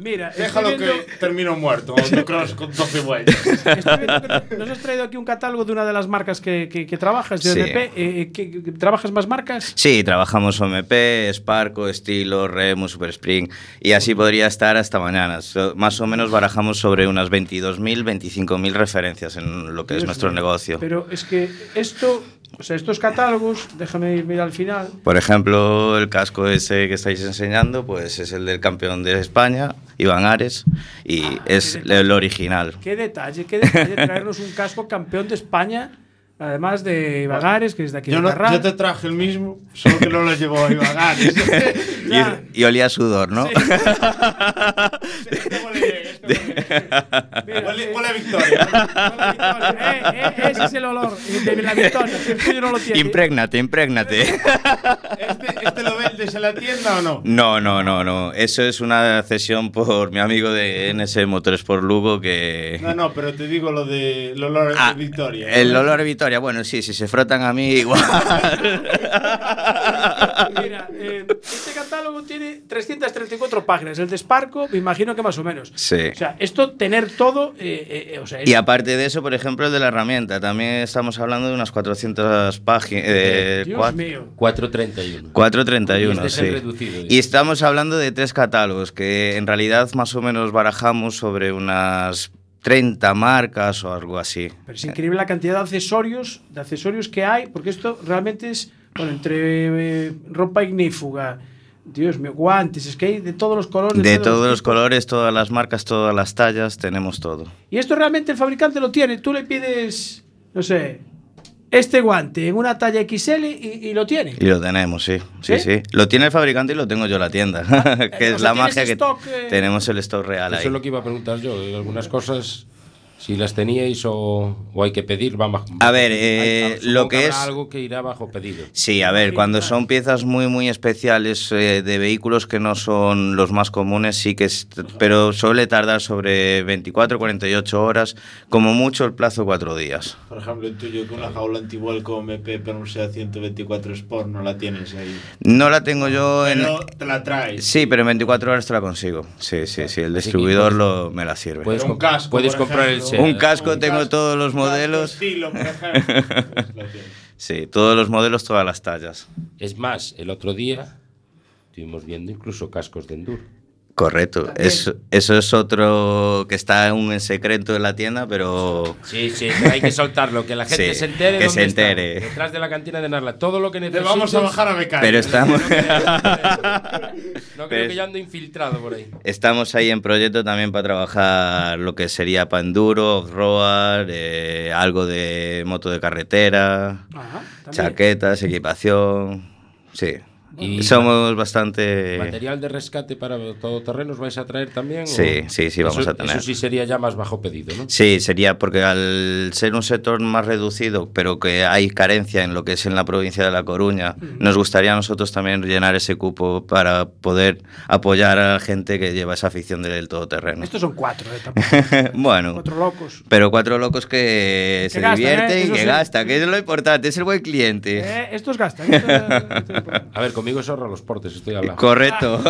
B: Mira, estoy
D: Déjalo
B: viendo-
D: que termino muerto. Autocross con 12 vueltas.
B: estoy viendo que nos has traído aquí un catálogo de una de las marcas que, que- que trabajas, de
F: Sí.
B: ODP. Eh, ¿qué- qué- ¿Trabajas más marcas?
F: Sí, trabajamos OMP, Sparco, Estilo, Remu, Super Spring y así podría estar hasta mañana. So- Más o menos barajamos sobre unas 22.000, 25.000 referencias en lo que es
B: Dios
F: nuestro
B: mío.
F: negocio.
B: Pero es que esto, o sea, estos catálogos, déjame ir mira al final.
F: Por ejemplo, el casco ese que estáis enseñando, pues es el del campeón de España, Iván Ares, y
B: Ah,
F: es el original.
B: Qué detalle, qué
F: (laughs)
B: detalle traernos un casco campeón de España, además de Bagares, que es de aquí
D: Yo,
B: de
D: no,
B: Ferraz.
D: yo te traje el mismo, solo que no lo llevó a Iván
F: Y-
B: Ya.
F: Y, olía a sudor,
B: (laughs)
F: ¿no? (laughs)
B: Mira, eh,
D: Huele a
B: (laughs)
D: victoria.
B: hola, Victoria. Eh, eh, ese es el olor de la victoria. El tuyo no lo tiene.
F: Imprégnate, imprégnate.
D: ¿Este, este lo vendes en la tienda o no?
F: No, no, no, no. Eso es una cesión por mi amigo de NS Motores por Lugo que...
D: No, no, pero te digo lo de el olor
F: Ah,
D: de victoria.
F: El olor a Victoria, bueno, sí, si se frotan a mí
B: (laughs)
F: igual.
B: (laughs) Mira, eh, este catálogo tiene 334 páginas. El de Sparco, me imagino que más o menos.
F: Sí.
B: O sea, esto tener todo. eh, eh, eh, o sea, es-
F: Y aparte de eso, por ejemplo, el de la herramienta. También estamos hablando de unas 400 páginas. Eh,
B: Dios
F: cua-
B: mío.
C: 431.
F: 4.31,
C: Y este es
F: sí.
C: el reducido,
F: y
C: digamos.
F: estamos hablando de tres catálogos que en realidad más o menos barajamos sobre unas 30 marcas o algo así.
B: Pero es increíble la cantidad de accesorios, de accesorios que hay, porque esto realmente es, bueno, entre eh, ropa ignífuga, Dios mío, guantes, es que hay de todos los colores.
F: De todos los
B: tipos.
F: colores, todas las marcas, todas las tallas, tenemos todo.
B: Y esto realmente el fabricante lo tiene, tú le pides, no sé, este guante en una talla XL y, y lo tiene.
F: Y lo tenemos, sí. Sí,
B: ¿Sí?
F: sí. Lo tiene el fabricante y lo tengo yo en la tienda. (laughs) que
B: o
F: es
B: sea,
F: la
B: tienes
F: magia que
B: stock, eh.
F: tenemos el stock real ahí.
C: Eso es lo que iba a preguntar yo. eh, Algunas cosas, si las teníais o, o hay que pedir, va bajo.
F: A ver, eh,
C: Hay- supongo
F: lo que
C: habrá
F: es-
C: algo que irá bajo
H: (laughs)
C: pedido.
F: Sí, a ver, cuando son piezas muy, muy especiales eh, de vehículos que no son los más comunes, sí que es, pero suele tardar sobre 24, 48 horas, como mucho el plazo cuatro días.
D: Por ejemplo, el tuyo con una jaula antivuelco MP, pero no sea 124 Sport, no la tienes ahí.
F: No la tengo yo en...
D: Pero te la traes.
F: Sí, pero en 24 horas te la consigo. Sí, sí, sí, el
C: Así que
F: distribuidor
C: puedes-
F: lo, me la sirve.
C: puedes
D: Pero un
C: comp-
D: casco,
C: puedes
D: por
C: comprar el
D: ejemplo.
C: set.
F: Un casco,
D: Un
F: tengo
D: casco-
F: todos los
D: casco
F: modelos.
D: Estilo, por ejemplo.
F: (laughs)
D: Pues la tienes.
F: Sí, todos los modelos, todas las tallas.
C: Es más, el otro día estuvimos viendo incluso cascos de enduro.
F: Correcto. Es- eso es otro que está aún en secreto en la tienda, pero...
C: Sí, sí, pero hay que soltarlo, que la gente
F: Sí,
C: se entere.
F: que
C: dónde
F: se
C: está,
F: entere.
C: detrás de la cantina de Narla, todo lo que
D: Te
C: necesites.
D: vamos a bajar a becar.
F: Pero
C: (laughs)
F: estamos...
C: No creo
F: Pero
C: que
F: es-
C: yo ando infiltrado por ahí.
F: (laughs) Estamos ahí en proyecto también para trabajar lo que sería panduro, off-road, eh, algo de moto de carretera,
B: Ajá, también.
F: chaquetas, equipación. Sí.
C: Y-
F: Somos bastante.
C: Material de rescate para todoterrenos vais a traer también. o-
F: Sí, sí, sí, vamos
C: Eso-
F: a tener.
C: Eso sí sería ya más bajo pedido, ¿no?
F: Sí, sería porque al ser un sector más reducido, pero que hay carencia en lo que es en la provincia de La Coruña, nos gustaría a nosotros también llenar ese cupo para poder apoyar a la gente que lleva esa afición del todoterreno. (laughs)
B: Estos son cuatro, eh, tampoco.
F: bueno,
B: cuatro locos.
F: Pero cuatro locos que, se
B: gastan,
F: divierten
B: ¿eh?
F: y
B: Eso
F: que
B: sí.
F: (laughs) gastan, que es lo importante, es el buen cliente.
B: Eh, estos gastan. estos- estos-
C: A ver, con Conmigo es ahorra los portes, estoy hablando.
B: (laughs)
F: Correcto.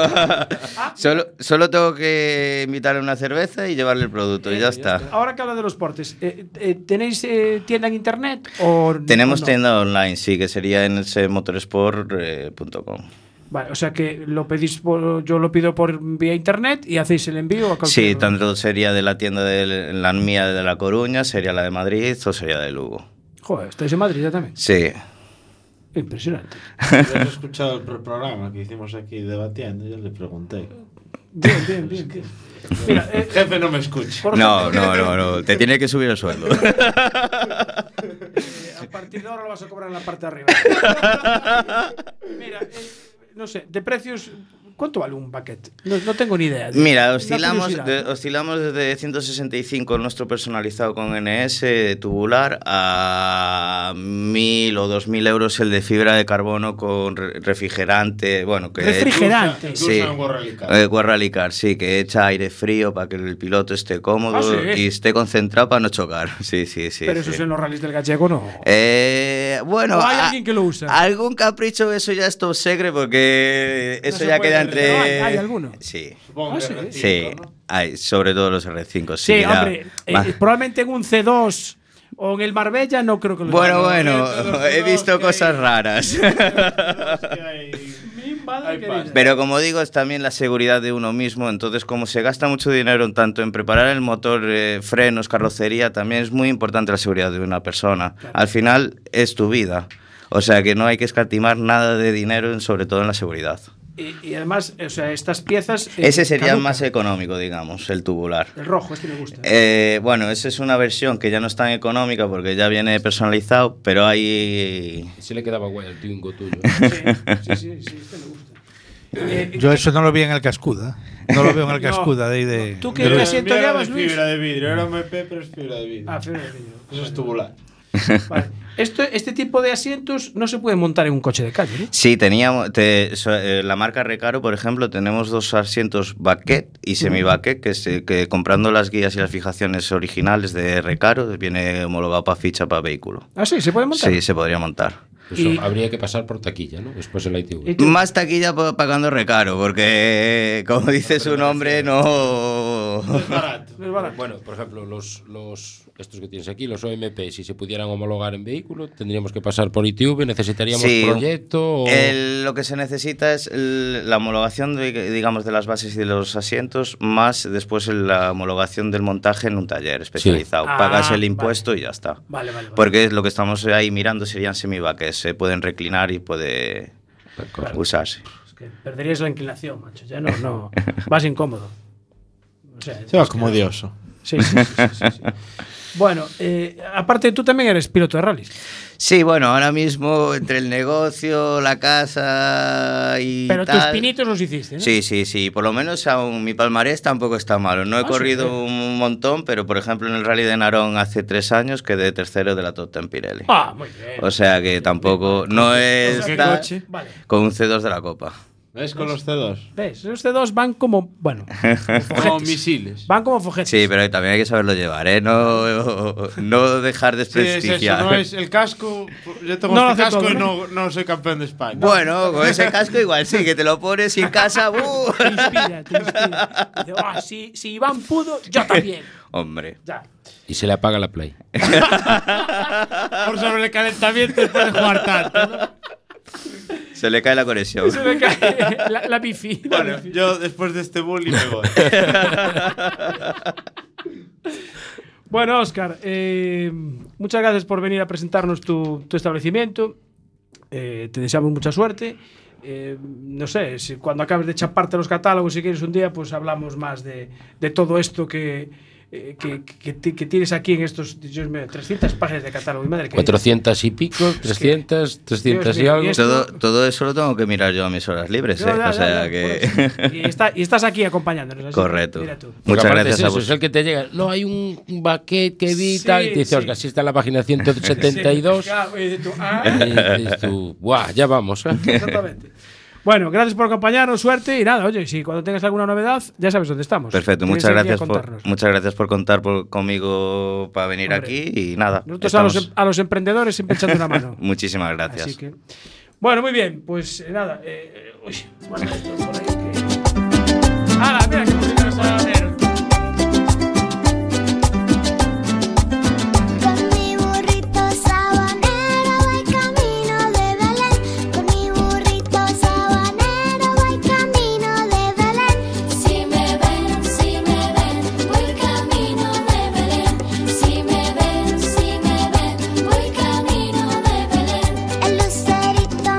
F: solo, solo tengo que invitarle una cerveza y llevarle el producto, y ya está.
B: Ahora que habla de los portes, eh, eh, ¿tenéis eh, tienda en internet? O o
F: Tenemos
B: no?
F: tienda online, sí, que sería en eh, motorsport.com.
B: Vale, o sea que lo pedís por- yo lo pido por vía internet y hacéis el envío a cualquier
F: Sí, tanto sería de la tienda de la mía de La Coruña, sería la de Madrid o sería de Lugo.
B: Joder, estáis en Madrid ya también.
F: Sí.
B: Impresionante.
D: Yo he escuchado el programa que hicimos aquí debatiendo y yo le pregunté.
B: Bien, bien, bien. bien. Mira, eh,
D: Jefe, no me escucha.
B: por
F: No,
B: ejemplo,
F: no, no, no. Te tiene que subir
B: (laughs)
F: el sueldo.
B: Eh, A partir de ahora lo vas a cobrar en la parte de arriba. (laughs) Mira, eh, no sé, de precios, ¿cuánto vale un paquete? No, no tengo ni idea.
F: Mira,
B: Una
F: oscilamos,
B: curiosidad.
F: de- oscilamos desde 165 el nuestro personalizado con NS tubular a 1000 o 2000 euros el de fibra de carbono con re- refrigerante. Bueno, que
B: Refrigerante.
F: Sí.
D: Incluso en Guarralicar.
F: Eh, Guarralicar, sí, que echa aire frío para que el piloto esté cómodo
B: Ah, sí.
F: y esté concentrado para no chocar. (laughs) Sí, sí, sí.
B: Pero
F: sí.
B: eso es en los rallies del gallego, no.
F: Eh, bueno,
B: ¿O hay
F: a-
B: alguien que lo usa?
F: Algún capricho, eso ya es top secret porque eso
D: se
F: ya
D: puede
F: queda
D: ver,
F: entre.
D: ¿no?
B: Hay- hay alguno.
F: Sí.
D: Supongo
B: Ah,
D: que
B: sí.
D: era
F: Sí,
D: cinco, ¿no?
F: hay, sobre todo los R5. Sí,
B: Sí,
F: ya.
B: hombre, eh,
F: Va.
B: probablemente en un C2 o en el Marbella no Eh, creo que lo
F: bueno,
B: lleven.
F: bueno, eh, he visto cosas raras.
B: (laughs)
D: Que hay-
B: Mi madre
D: Hay
B: querida.
D: pasta.
F: Pero como digo, es también la seguridad de uno mismo. Entonces, como se gasta mucho dinero en tanto en preparar el motor, eh, frenos, carrocería, también es muy importante la seguridad de una persona. Al final, es tu vida. O sea que no hay que escatimar nada de dinero, en- sobre todo en la seguridad.
B: Y, y además, o sea, estas piezas. eh,
F: Ese sería
B: caducan.
F: más económico, digamos, el tubular.
B: El rojo, este me gusta.
F: Eh, bueno, esa es una versión que ya no es tan económica porque ya viene personalizado, pero hay...
C: Se le quedaba guay al tingo tuyo.
B: Sí, sí, sí, sí, este me gusta. Eh,
E: Yo eso no lo vi en el cascuda. No lo veo en
B: (laughs)
E: el
B: No.
E: cascuda de ahí de.
B: ¿Tú qué
E: de
D: Era
E: Luis.
B: asiento
D: de
B: llevas, Luis?
D: fibra de vidrio, era MP, pero es fibra de vidrio.
B: Ah, Fede, Fede.
D: Eso es tubular.
B: Vale. Esto, este tipo de asientos no se puede montar en un coche de calle, ¿no?
F: Sí, teníamos... te- so- eh, la marca Recaro, por ejemplo, tenemos dos asientos baquet y semi-baquet, que, se- que comprando las guías y las fijaciones originales de Recaro, viene homologado para ficha para vehículo.
B: Ah, sí, se puede montar.
F: Sí, se podría montar.
C: Eso,
B: Y-
C: habría que pasar por taquilla, ¿no? Después el ITV.
B: Y tú-
F: Más taquilla pa- pagando Recaro, porque como dice su nombre, no... (laughs)
D: Es barato.
B: No es barato.
C: Bueno, por ejemplo, los, los estos que tienes aquí, los OMP, si se pudieran homologar en vehículo, tendríamos que pasar por ITV, necesitaríamos
F: Sí,
C: proyecto o...
F: El- lo que se necesita es el- la homologación, de, digamos, de las bases y de los asientos, más después el- la homologación del montaje en un taller especializado.
B: Ah,
F: Pagas el
B: vale.
F: impuesto y ya está.
B: Vale, vale. vale.
F: Porque lo que estamos ahí mirando serían semivaques, se pueden reclinar y puede usarse.
B: Es que perderías la inclinación, macho. Ya no, no. Vas incómodo. O sea,
D: Se va como odioso.
B: sí, sí, sí, sí, sí, sí. Bueno, eh, aparte tú también eres piloto de rallies.
F: Sí, bueno, ahora mismo entre el negocio, la casa ah, y
B: Pero tus
F: tal-
B: pinitos los hiciste, ¿no?
F: Sí, sí, sí. Por lo menos aún mi palmarés tampoco está malo. No he
B: Ah, sí,
F: corrido
B: sí.
F: un montón, pero por ejemplo en el Rally de Narón hace tres años quedé tercero de la Top Ten Pirelli.
B: Ah, muy bien.
F: O sea que tampoco no es
D: ¿Qué
F: tal-
D: coche?
B: Vale.
F: con un C2 de la Copa.
D: ¿Ves con los C2?
B: ¿Ves? Ustedes dos van como. Bueno,
D: Como misiles.
B: van como fojetes.
F: Sí, pero también hay que saberlo llevar, ¿eh? No, no dejar
D: Sí, es eso,
F: desprestigiar.
D: no es Pues el casco. Yo tengo
B: No lo
D: este
B: hace
D: casco
B: todo,
D: y
B: ¿no?
D: no, no soy campeón de España.
F: Bueno, con ese casco igual sí, que te lo pones y
B: (laughs)
F: en casa. ¡buh!
B: Te inspira, te inspira. Dice, "Ah, si, si Iván pudo, yo también. (laughs)
F: Hombre.
B: Ya.
C: Y se le apaga la play.
D: (laughs) Por sobre el calentamiento después de jugar tanto. ¿no?
F: (laughs) Se le cae la conexión.
B: Se me cae la, la bifi. la
D: Bueno,
B: bifi.
D: yo después de este bully me voy.
B: Bueno, Oscar, muchas gracias por venir a presentarnos tu, tu establecimiento. Eh, te deseamos mucha suerte. Eh, no sé, si cuando acabes de chaparte los catálogos, si quieres un día, pues hablamos más de, de todo esto que, eh, que, que ti- que tienes aquí en estos Dios mío, 300 páginas de catálogo. Mi madre querida.
C: 400 y pico, 300, 300 y
B: mío,
C: algo.
B: y esto-
F: Todo, todo eso lo tengo que mirar yo a mis horas libres,
B: Yo,
F: ¿eh?
B: ya, ya,
F: O sea
B: ya,
F: que.
B: por eso. y,
F: (laughs)
B: está- y estás aquí acompañándonos. así que
F: Correcto.
B: mira tú.
C: Porque
F: Muchas
C: aparte
F: gracias
C: es
F: a
C: eso, Es
F: vosotros.
C: el que te llega. No, hay un baquet que vi tal",
B: Sí,
C: Y te dice,
B: sí.
C: Oscar, si está en la página
B: (laughs)
C: 172.
B: Sí, claro, y dices tú,
C: y
B: ah.
C: dices tú, "Buah, ya vamos. ¿eh?".
B: (laughs) (laughs) Exactamente. Bueno, gracias por acompañarnos, suerte y nada, oye, si cuando tengas alguna novedad, ya sabes dónde estamos.
F: Perfecto,
B: Tienes aquí
F: muchas
B: a
F: gracias, por,
B: contarnos.
F: muchas gracias por contar por- conmigo para venir
B: Hombre.
F: aquí y nada.
B: Nosotros a los,
F: estamos-
I: (laughs)
B: a los emprendedores siempre echando una mano.
F: (laughs) Muchísimas gracias.
B: Así que, Bueno, muy bien, pues eh, nada. eh, uy, bueno, esto por ahí que- ¡Hala, mira qué música nos va a hacer!
H: Con mi burrito sabanero voy camino de Belén. Con mi burrito sabanero voy camino de Belén. Si me ven, si me ven, voy camino de Belén. Si me ven, si me ven, voy camino de Belén. El lucerito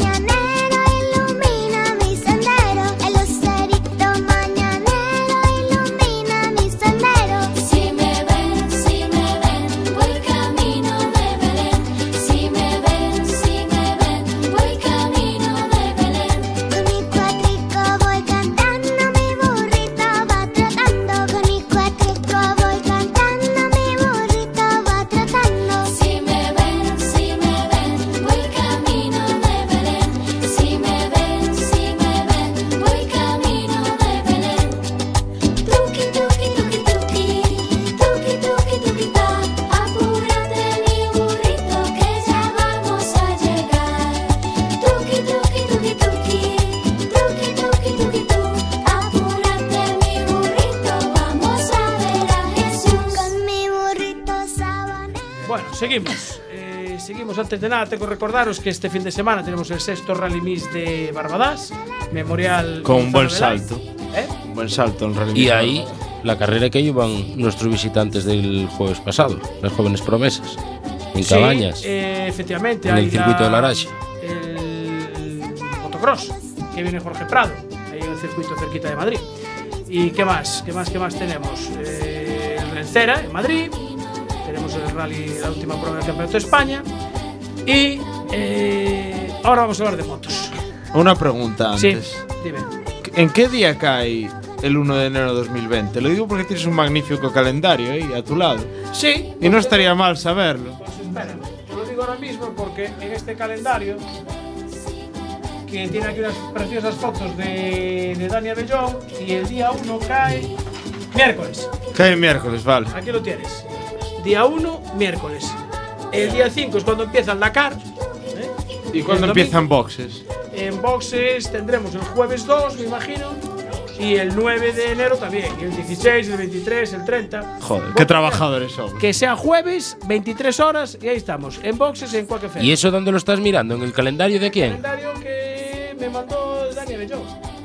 H: mañanero ilumina mi sendero. El lucerito mañanero ilumina mi sendero. Si me ven, si me ven, voy camino de Belén. Si me ven, si me ven, voy camino de Belén. Con mi cuatrico voy cantando, mi burrito va trotando. Con mi cuatrico voy cantando, mi burrito va trotando. Si me ven, si me ven, voy camino de Belén. Si me ven, si me ven, voy camino de Belén. Tuki tuki tuki tuki, tuki tuki tuki ta, apúrate mi burrito que ya vamos a llegar. Tuki tuki tuki tuki, tuki tuki tuki tu, apúrate mi burrito, vamos a ver a Jesús. Con mi burrito sabanero.
B: Bueno, seguimos. Eh, seguimos. Antes de nada, tengo que recordaros que este fin de semana tenemos el sexto Rally Miss de Barbadas, Memorial.
I: Con un buen
B: Gonzalo
I: salto.
B: Velázquez. ¿Eh?
D: Un buen salto en realidad.
C: Y ahí la carrera que llevan nuestros visitantes del jueves pasado, las jóvenes promesas, en
B: Sí,
C: Cabañas.
B: eh, efectivamente.
C: en
B: hay
C: el circuito de Larache.
B: El motocross, que viene Jorge Prado, ahí en el circuito cerquita de Madrid. ¿Y qué más? ¿Qué más? ¿Qué más tenemos? Eh, el Rencera, en Madrid. Tenemos el rally, la última prueba del Campeonato de España. Y eh, ahora vamos a hablar de motos.
D: Una pregunta
B: Sí,
D: antes.
B: dime.
D: ¿En qué día cae el 1 de enero de 2020? Lo digo porque tienes un magnífico calendario ahí a tu lado.
B: Sí.
D: Y no estaría mal saberlo.
B: Pues espera, te lo digo ahora mismo porque en este calendario, que tiene aquí unas preciosas fotos de, de Dani Abellón, y el día 1 cae miércoles.
D: Cae miércoles, vale.
B: Aquí lo tienes. Día 1, miércoles. El día 5 es cuando empiezan la CAR. ¿eh?
D: ¿Y cuándo
B: el domingo-
D: empiezan boxes?
B: En boxes tendremos el jueves 2, me imagino. Y el 9 de enero también. y el 16, el 23, el 30.
D: Joder, qué
B: Boxes.
D: trabajadores somos.
B: Que sea jueves, 23 horas, y ahí estamos. En boxes en cualquier
C: ¿Y eso dónde lo estás mirando? ¿En el calendario de quién?
B: calendario que me mandó Daniel Bellón.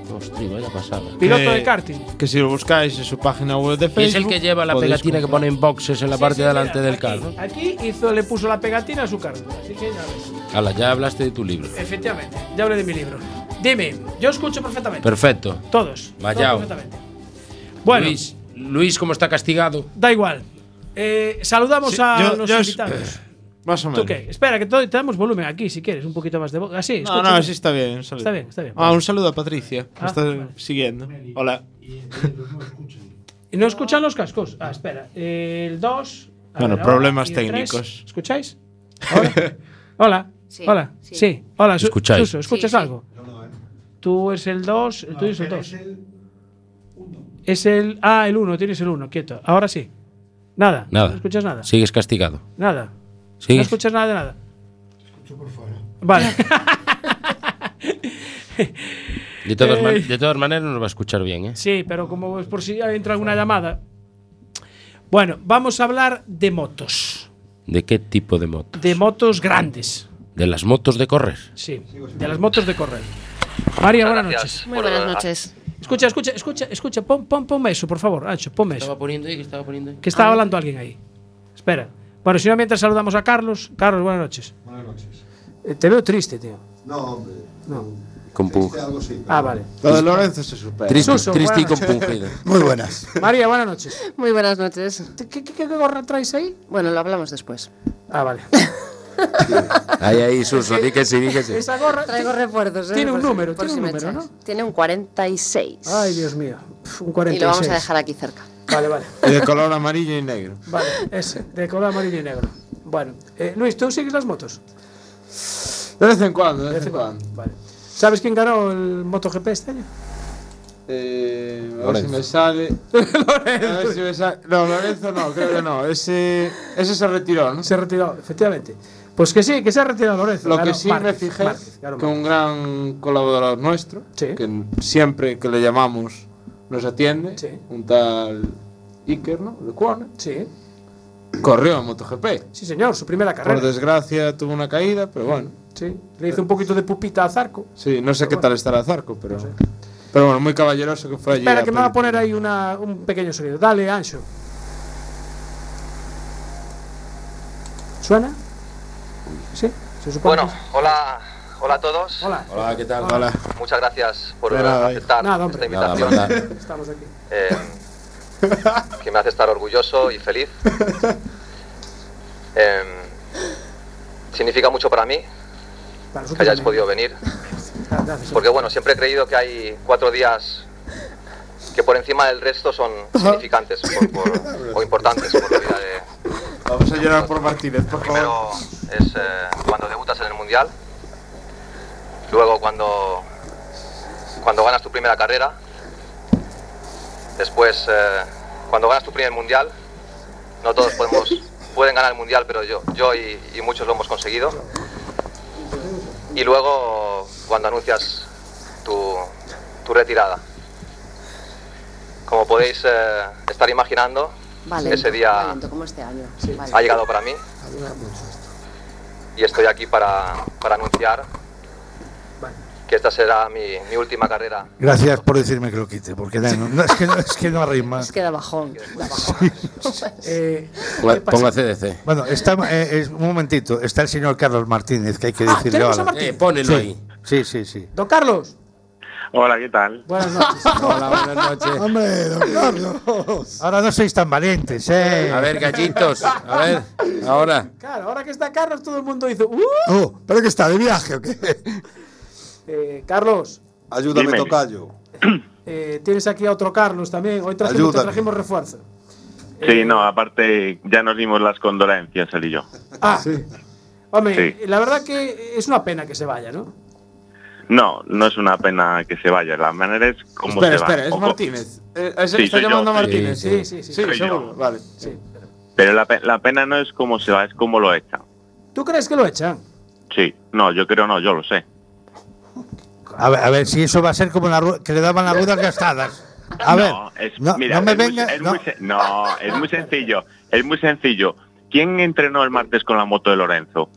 C: Hostia, vaya pasada. Eh,
B: Piloto
D: Que-
B: de karting.
D: Que si lo buscáis en su página web de Facebook.
C: Es el que lleva la
D: podéis
C: pegatina que pone en boxes en la
B: Sí,
C: parte
B: sí,
C: de delante
B: mira,
C: del
B: aquí-
C: carro.
B: Aquí hizo, le puso la pegatina a su carro. Así que ya ves.
C: Ala, ya hablaste de tu libro.
B: Efectivamente, ya hablé de mi libro. Dime, yo escucho perfectamente.
C: Perfecto.
B: Todos.
C: Vallao.
B: todos perfectamente. Bueno,
C: Luis, Luis, ¿cómo está castigado?
B: da igual. Eh, saludamos
D: Sí,
B: a
D: yo-
B: los
D: yo es-
B: invitados.
D: (clears throat) Más o menos.
B: ¿Tú qué? Espera, que te te damos volumen aquí, si quieres, un poquito más de voz. Así,
D: No,
B: escucha.
D: no, sí está bien. un saludo.
B: Está bien, está bien.
D: Ah, un saludo a Patricia. que
B: Ah,
D: está
B: vale.
D: siguiendo. Hola.
B: ¿No escuchan los cascos? Ah, espera. El 2.
D: Bueno, problemas técnicos.
B: ¿Escucháis?
D: (laughs)
B: Hola. Hola.
J: Sí,
B: Hola. Sí.
J: sí.
B: Hola, Su-
C: Escucháis.
B: Suso, ¿escuchas
J: Sí, sí.
B: algo? Tú es el 2, el tuyo eh. es el 2. Es el. Ah, el 1, tienes el 1, quieto. Ahora sí. Nada.
C: Nada.
B: ¿No escuchas nada?
C: Sigues castigado.
B: Nada. No
C: Sigues.
B: escuchas nada de nada. Escucho por
D: (laughs)
B: fuera. Vale.
C: De todas, man-
B: Eh.
C: de todas maneras nos va a escuchar bien, ¿eh?
B: Sí, pero como es por si entra alguna llamada. Bueno, vamos a hablar de motos.
C: ¿De qué tipo de moto?
B: De motos grandes.
C: De las motos de correr.
B: Sí, de las motos de correr. María, buenas noches.
J: Muy buenas noches.
B: Escucha, escucha, escucha, escucha, pon, pon, ponme eso, por favor, Ancho, ponme eso.
C: poniendo ahí? estaba poniendo
B: Que está hablando alguien ahí. Espera. Bueno, si no, mientras saludamos a Carlos. Carlos, buenas noches. Buenas noches. te veo triste, tío.
C: Con
B: Ah, vale.
D: Lo de Lorenzo se supera.
C: Triste,
B: Suso,
C: triste y
B: buenas
D: (laughs)
C: compungido.
I: Muy buenas.
B: María, buenas noches.
J: Muy buenas noches.
B: ¿Qué, qué, qué gorra traes ahí?
J: Bueno, lo hablamos después.
B: Ah, vale.
C: Ahí, ahí, Suso, di que sí, di que sí.
B: Esa gorra.
J: (laughs) Traigo refuerzos. ¿eh?
B: Tiene un
J: Por si-
B: número,
J: por
B: tiene
J: si
B: un
J: me
B: número,
J: echáis. Tiene un 46.
B: Ay, Dios mío. Uf, Un
J: Y
B: 46.
J: lo vamos a dejar aquí cerca.
B: Vale, vale.
D: Y de color amarillo y negro.
B: Vale, ese, de color amarillo y negro. Bueno, eh, Luis, ¿tú sigues las motos?
D: De vez en cuando, de vez en cuando.
B: Vale. ¿Sabes quién ganó el MotoGP este año?
D: Eh, a ver
C: Lorenzo.
D: si me (laughs) sale. A ver si me sale. No, Lorenzo no, creo que no. Ese, ese se retiró, ¿no?
B: Se retiró, efectivamente. Pues que sí, que se ha retirado Lorenzo.
D: Lo
B: Ganó
D: que sí
B: Márquez,
D: me fijé
B: Márquez, ganó
D: que un
B: Márquez.
D: gran colaborador nuestro,
B: Sí.
D: que siempre que le llamamos nos atiende,
B: Sí.
D: un tal Iker, ¿no? De Cuona,
B: Sí,
D: corrió a MotoGP.
B: sí, señor, su primera carrera.
D: Por desgracia tuvo una caída, pero bueno.
B: Sí, le hizo un poquito de pupita a Zarco.
D: Sí, no sé
B: Pero
D: qué
B: bueno.
D: tal estará Zarco, pero. Pero bueno, muy caballeroso que fue allí.
B: Espera, que me van a
D: pedir-
B: poner ahí una, un pequeño sonido. Dale, Ancho. ¿Suena? ¿Sí? ¿Se supone?
I: Bueno,
B: que sí?
I: hola, hola a todos.
B: Hola.
C: Hola, ¿qué tal?
D: Hola.
I: Muchas gracias por
D: De nada,
I: aceptar
B: Nada, hombre.
I: esta
C: Nada,
I: invitación
C: nada.
B: Estamos aquí.
I: eh, que me hace estar orgulloso y
B: (laughs)
I: feliz. Eh, significa mucho para mí
B: Para
I: que
B: nosotros
I: hayáis
B: también.
I: podido venir,
B: (laughs) Gracias.
I: porque bueno, siempre he creído que hay cuatro días que por encima del resto son significantes por- por- o importantes por la vida de,
D: Vamos a llorar por Martínez, por favor.
I: Primero es eh, cuando debutas en el Mundial, luego cuando, cuando ganas tu primera carrera, después eh, cuando ganas tu primer Mundial, no todos podemos,
J: (laughs)
I: pueden ganar el Mundial, pero yo, yo y, y muchos lo hemos conseguido. Y luego cuando anuncias tu, tu retirada. Como podéis eh, estar imaginando,
J: Vale.
I: Ese día-
J: va lento, como este año. Vale.
I: ha llegado para mí. Y estoy aquí para, para anunciar que esta será mi, mi última carrera.
E: Gracias por decirme que lo quite, porque no, no, es, que no, es que no arrima.
J: Es que da bajón. Da bajón. (laughs)
B: Eh, ¿qué
C: Ponga
B: pasa?
C: (laughs) ponga CDC.
E: Bueno, está, eh, es- un momentito, está el señor Carlos Martínez, que hay que
B: Ah,
E: decirle
B: tenemos a
E: algo.
B: Martínez.
C: Eh, ponelo
E: Sí,
C: ahí.
E: sí, sí. sí.
B: Don Carlos,
K: Hola, Ah, ¿qué tal?
D: (laughs)
B: buenas noches.
C: Hola, buenas noches.
E: Hombre, don Carlos. Ahora no sois tan valientes, ¿eh?
C: A ver, gallitos. A ver, ahora.
B: claro, ahora que está Carlos, todo el mundo dice. ¡Uh!
E: Oh, ¿Pero que está de viaje o qué?
B: Eh, Carlos,
K: Dime.
L: Ayúdame, tocayo.
B: eh, tienes aquí a otro Carlos también. Hoy trajimos, te
L: Ayúdame.
B: trajimos refuerzo.
K: Sí, no, aparte ya nos dimos las condolencias, él y yo.
B: Ah, hombre,
K: Sí.
B: la verdad que es una pena que se vaya, ¿no?
K: No, no es una pena que se vaya. La manera es como
D: Espera,
K: se va.
D: espera, es
K: Ojo.
D: Martínez. Eh, es-
K: Sí,
D: está
K: soy yo,
D: llamando a
K: sí.
D: Martínez,
B: Sí,
D: sí.
B: sí, sí.
D: Sí,
K: Soy yo.
D: seguro, vale.
B: Sí.
K: Pero la, pe- la pena no es cómo se va, es cómo lo echan.
B: ¿Tú crees que lo echan?
K: Sí, no, yo creo no, yo lo sé.
E: A ver, a ver si eso va a ser como la ru- que le daban las ruedas gastadas. A ver,
K: no, es,
E: no,
K: mira,
E: no me
K: es muy-
E: venga.
K: es
E: no.
K: muy sen- no, es muy sencillo. Es muy sencillo. ¿Quién entrenó el martes con la moto de Lorenzo?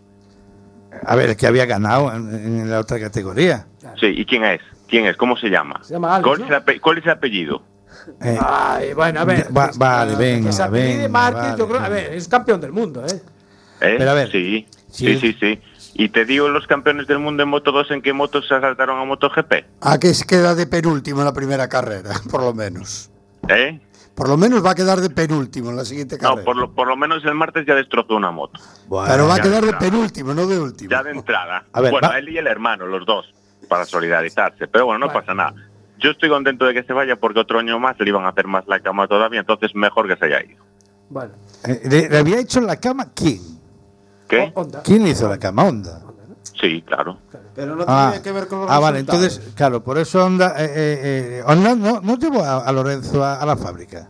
E: A ver, el que había ganado en, en la otra categoría.
K: Sí, ¿y quién es? ¿Quién es? ¿Cómo se llama?
B: Se llama Alex,
K: ¿Cuál,
B: ¿no?
K: es el ape- cuál es el apellido?
E: Eh,
B: Ay, bueno, a ver.
E: Va- vale,
B: que
E: venga,
B: se apellide
D: Mm,
E: venga,
B: Márquez,
E: vale,
B: yo creo, a
E: venga.
B: ver, es campeón del mundo, ¿eh?
K: ¿Eh?
E: Pero a ver,
K: sí,
E: si-
K: sí, sí, sí. ¿Y te digo los campeones del mundo en Moto 2 en qué motos se asaltaron a MotoGP?
L: ¿A qué Ah, se queda de penúltimo en la primera carrera? (laughs) Por lo menos.
K: ¿Eh?
L: Por lo menos va a quedar de penúltimo en la siguiente carrera.
K: No, por lo, por lo menos el martes ya destrozó una moto.
L: Pero va a
K: Ya
L: quedar de
K: está.
L: penúltimo, no de último.
K: Ya de entrada.
E: A ver,
K: bueno,
E: va-
K: él y el hermano, los dos, para solidarizarse. Pero bueno, no
B: Vale.
K: pasa nada. Yo estoy contento de que se vaya porque otro año más le iban a hacer más la cama todavía, entonces mejor que se haya ido.
B: Bueno,
E: eh, ¿Le, le había hecho la cama quién?
K: ¿Qué?
B: o- onda.
E: ¿Quién le hizo la cama? Honda.
K: Sí, claro.
D: Pero no
E: Ah,
D: tenía que ver con los
E: ah, vale,
D: resultados.
E: entonces, claro, por eso Honda, eh, eh, eh, Honda no, no llevó a, a Lorenzo a, a la fábrica.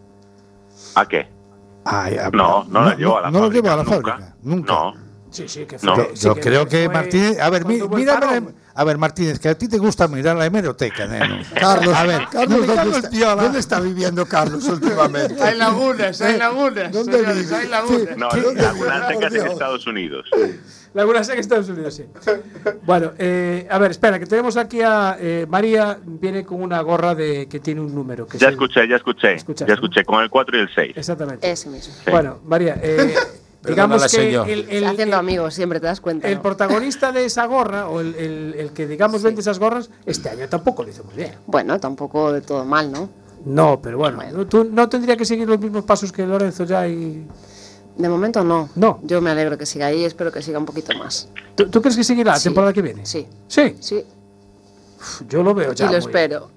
K: ¿A qué?
E: Ay, a-
K: No, no, la llevó a la
E: no lo
K: fábrica.
E: llevó a la
K: nunca.
E: fábrica, nunca.
K: No.
B: Sí, sí, que fue.
K: No.
E: Yo,
B: sí
E: yo creo que
B: fue
E: Martínez. A ver, mi-
B: cuando hubo el
E: mira,
B: parón.
E: a ver, Martínez, que a ti te gusta mirar la hemeroteca, neno.
L: Carlos,
E: a (laughs) ver,
L: Carlos,
E: no me cago
L: ¿dónde,
E: el
L: está,
E: tío, la-
L: dónde está viviendo Carlos últimamente?
D: Hay
B: (laughs)
D: lagunas, hay lagunas.
L: ¿Dónde
D: señores,
L: vive?
D: hay lagunas.
K: No,
E: ¿Qué?
K: Laguna Seca es en
L: Por Dios.
K: Estados Uniunidos.
B: Laguna Seca, Estados Unidos, sí. Bueno, eh, a ver, espera, que tenemos aquí a eh, María, viene con una gorra de que tiene un número. Que
K: Ya
B: sí.
K: escuché, ya escuché.
B: Escuchaste,
K: Ya escuché con el 4 y el 6.
B: Exactamente.
J: Ese mismo.
B: Bueno, María, eh, digamos
C: Perdónala,
B: que
C: señor.
B: el, el-
J: Haciendo
B: el-
J: amigos, siempre te das cuenta.
B: el
J: ¿no?
B: protagonista de esa gorra, o el, el- el que digamos vende esas gorras, este año tampoco lo hizo muy bien.
J: Bueno, tampoco de todo mal, ¿no?
B: No, pero bueno,
J: Bueno.
B: tú no tendría que seguir los mismos pasos que Lorenzo ya y...
J: De momento no.
B: No.
J: Yo me alegro que siga ahí y espero que siga un poquito más.
B: ¿Tú, tú crees que seguirá la
J: Sí.
B: temporada que viene?
J: Sí.
B: Sí,
J: Sí,
B: Pf, yo lo veo ya.
J: y lo
B: muy-
J: espero.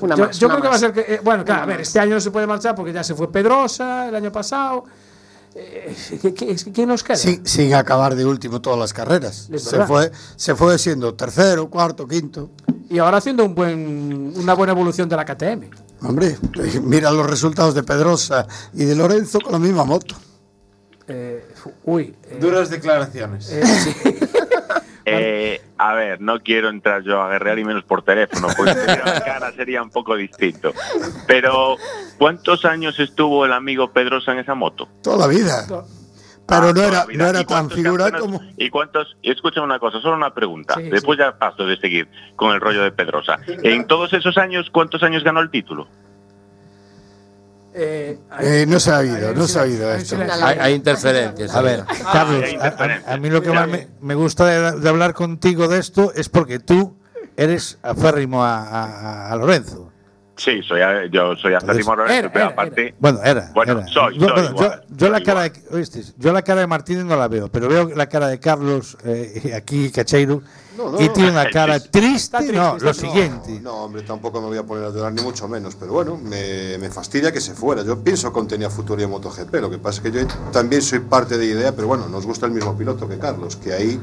J: una
B: yo
J: más.
B: yo
J: una
B: creo que va a
J: más.
B: ser que... eh, bueno, claro,
J: Una
B: a ver,
J: más.
B: este año no se puede marchar porque ya se fue Pedrosa el año pasado. Eh, ¿qué- qué, es que- qué nos queda?
L: Sin, sin acabar de último todas las carreras.
B: Es
L: Se
B: verdad.
L: fue, se fue siendo tercero, cuarto, quinto.
B: Y ahora haciendo un buen, una buena evolución de la KTM.
L: Hombre, mira los resultados de Pedrosa y de Lorenzo con la misma moto.
B: eh, fu- uy. eh,
D: Duras declaraciones.
B: eh, sí.
K: Eh, a ver, no quiero entrar yo a guerrear y menos por teléfono, porque si tuviera la cara sería un poco distinto. Pero, ¿cuántos años estuvo el amigo Pedrosa en esa moto?
M: Toda la vida. Pero no era, no era tan figura como.
K: ¿Y cuántos? y Escúchame una cosa, solo una pregunta. Después ya paso de seguir con el rollo de Pedrosa. En todos esos años, ¿cuántos años ganó el título?
B: Eh,
M: Eh, no se ha oído, no se ha oído esto.
C: Hay, hay interferencias.
E: A ver, Carlos, a, a- a mí lo que más me, me gusta de, de hablar contigo de esto es porque tú eres aférrimo a, a- a Lorenzo.
K: Sí, soy, a- yo soy hasta Timor Lorenzo, pero aparte.
E: Bueno, era.
K: Bueno,
E: era.
K: soy,
E: Yo,
K: soy
E: bueno,
K: igual,
E: yo- yo la cara de, oíste, yo la cara de Martínez no la veo, pero veo la cara de Carlos eh, aquí, Cacheiro,
M: No, no,
E: y
M: no.
E: tiene una cara triste. no, lo siguiente.
M: No, hombre, tampoco me voy a poner a llorar, ni mucho menos. Pero bueno, me, me fastidia que se fuera. Yo pienso que aún tenía futuro en MotoGP. Lo que pasa es que yo también soy parte de idea, pero bueno, nos gusta el mismo piloto que Carlos, que ahí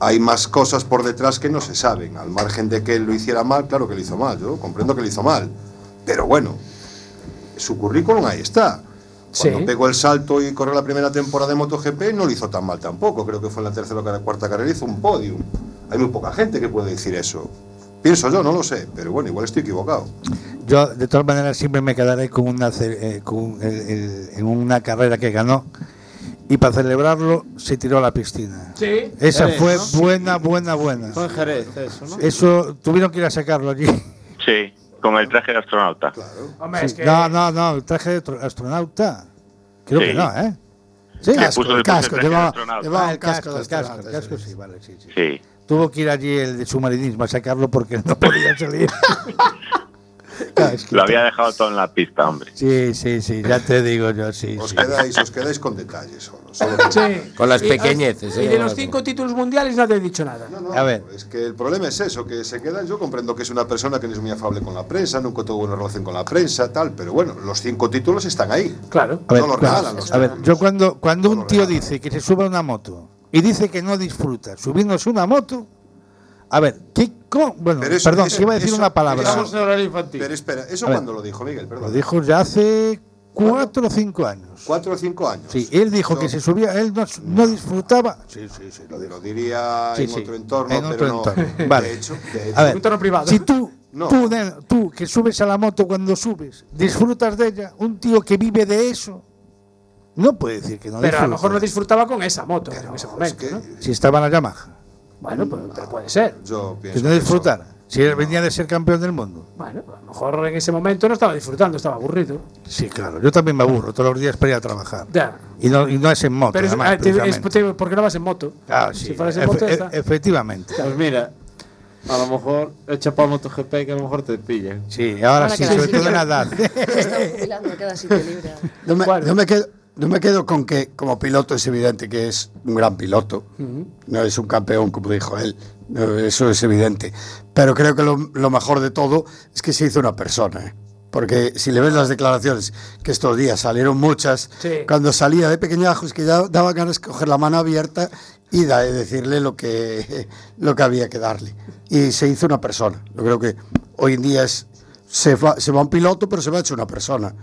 M: hay más cosas por detrás que no se saben. Al margen de que él lo hiciera mal, claro que lo hizo mal. Yo comprendo que lo hizo mal. Pero bueno, su currículum ahí está. Cuando
B: Sí.
M: pegó el salto y corrió la primera temporada de MotoGP, no lo hizo tan mal tampoco. Creo que fue en la tercera o la cuarta carrera, hizo un podium. Hay muy poca gente que puede decir eso. Pienso yo, no lo sé, pero bueno, igual estoy equivocado.
E: Yo, de todas maneras, siempre me quedaré con una, ce- eh, con el- el- en una carrera que ganó y para celebrarlo se tiró a la piscina.
D: Sí.
E: Esa
D: Jerez,
E: fue
D: ¿no?
E: buena, buena, buena.
D: (laughs) Fue en Jerez, eso, ¿no?
E: Eso tuvieron que ir a sacarlo allí.
K: Sí, con el traje de astronauta.
E: Sí. No, no, no, el traje de tro- astronauta. Creo
K: Sí.
E: que no, ¿eh?
K: Le puso- le puso el traje de
E: llevaba-
K: astronauta.
E: llevaba
M: Ah,
E: el casco, el casco, el
M: astronauta,
E: casco,
M: sí,
E: sí, vale, sí, sí.
K: Sí.
E: Tuvo que ir allí el de submarinismo a sacarlo porque no podía
K: (laughs)
E: salir. Ah, es que-
K: Lo había dejado todo en la pista, hombre.
E: sí, sí, sí, ya te digo yo, sí.
M: Os
E: sí.
M: quedáis, os quedáis con detalles solo. solo
B: Sí.
C: Con las
B: Y-
C: pequeñeces,
B: Y
C: eh,
B: de
C: con
B: los
C: las-
B: cinco títulos mundiales no te he dicho nada.
M: A ver. Es que el problema es eso, que se quedan. Yo comprendo que es una persona que no es muy afable con la prensa, nunca tuvo una relación con la prensa, tal, pero bueno, los cinco títulos están ahí.
B: Claro.
E: A ver,
M: no los
E: claro,
M: regalan. los
E: a ver, yo cuando, cuando un tío dice que se suba a una moto y dice que no disfruta subiéndose una moto, a ver, ¿qué co- Bueno,
M: Pero eso-
E: perdón,
M: eso-
E: que iba a decir
M: eso-
E: una palabra.
M: eso-
D: Pero
M: espera, ¿eso
E: A ver.
M: cuándo lo dijo Miguel? Perdón.
E: Lo dijo ya hace cuatro o cinco años.
M: Cuatro o cinco años.
E: Sí, él dijo que se subía, él no, no disfrutaba. Sí, sí, sí.
M: Lo, lo diría
E: Sí,
M: en
E: sí,
M: otro entorno,
E: en
M: pero
E: otro
M: no.
E: entorno. Vale.
M: De hecho, de hecho.
E: A ver, si tú,
M: Eh, No.
E: tú, de- tú que subes a la moto cuando subes, disfrutas de ella, un tío que vive de eso, no puede decir que
B: pero
E: no
B: a lo
E: disfruta.
B: mejor no disfrutaba con esa moto en ese momento. ¿no?
E: Si estaba en la Yamaha.
B: Bueno, pues, pero puede ser.
M: Yo
E: Que no disfrutara. Si él venía de ser campeón del mundo.
B: Bueno, a lo mejor en ese momento no estaba disfrutando, estaba aburrido.
E: Sí, claro. Yo también me aburro todos los días para ir a trabajar.
B: Ya.
E: Y no, y no es en moto.
B: Pero es,
E: además,
B: ah, te- es-
E: precisamente.
B: te- ¿por qué no vas en moto?
E: Ah, sí.
B: Si fueras en
E: Efe-
B: moto, ya
E: e-
B: está.
E: efectivamente.
D: Pues mira, a lo mejor echa para MotoGP que a lo mejor te pillan.
E: Sí, ahora sí, sobre todo en la edad.
J: queda
B: (laughs)
J: sitio libre.
M: Yo me, yo me quedo, yo me quedo con que como piloto es evidente que es un gran piloto. No es un campeón, como dijo él. No, Eso es evidente. Pero creo que lo, lo mejor de todo es que se hizo una persona. ¿eh? Porque si le ves las declaraciones, que estos días salieron muchas,
B: Sí.
M: cuando salía de pequeñajos, que ya daba ganas de coger la mano abierta y da- de decirle lo que, (laughs) lo que había que darle. Y se hizo una persona. Yo creo que hoy en día es, se, va, se va un piloto, pero se va hecho una persona.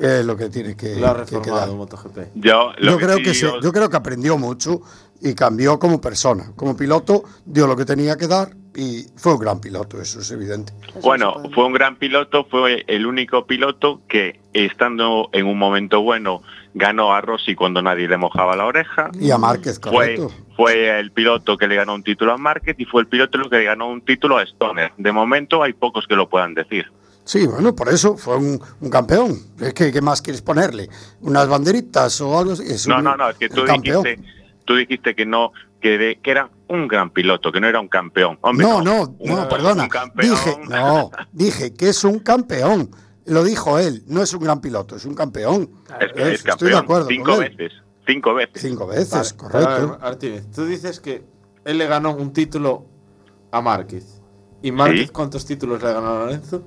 M: Es lo que tiene que,
D: Lo ha
M: que
D: reformado
M: quedar.
D: MotoGP.
K: Yo, lo
M: Yo creo,
K: sí
M: que se-
K: os-
M: yo creo que aprendió mucho y cambió como persona. Como piloto dio lo que tenía que dar y fue un gran piloto, eso es evidente.
K: Bueno, fue un gran piloto, fue el único piloto que estando en un momento bueno ganó a Rossi cuando nadie le mojaba la oreja.
M: Y a Márquez,
K: Fue,
M: correcto.
K: fue el piloto que le ganó un título a Márquez y fue el piloto que le ganó un título a Stoner. De momento hay pocos que lo puedan decir.
M: Sí, bueno, por eso fue un, un campeón. Es que, ¿Qué más quieres ponerle? ¿Unas banderitas o algo así? Es
K: No,
M: un-
K: no, no, es que
M: un
K: tú
M: campeón.
K: dijiste, tú dijiste que no, que, de- que era un gran piloto, que no era un campeón. Hombre,
M: no, no, no, perdona.
K: un campeón.
M: Dije, no, dije que es un campeón. Lo dijo él, no es un gran piloto, es un campeón.
K: Es, que es
M: Eso, estoy de
K: campeón
M: acuerdo
K: cinco
M: con él.
K: veces, cinco veces.
M: Cinco veces,
D: Pero a ver,
M: correcto.
D: Martínez, tú dices que él le ganó un título a Márquez. ¿Y Márquez
K: Sí.
D: cuántos títulos le ganó a Lorenzo?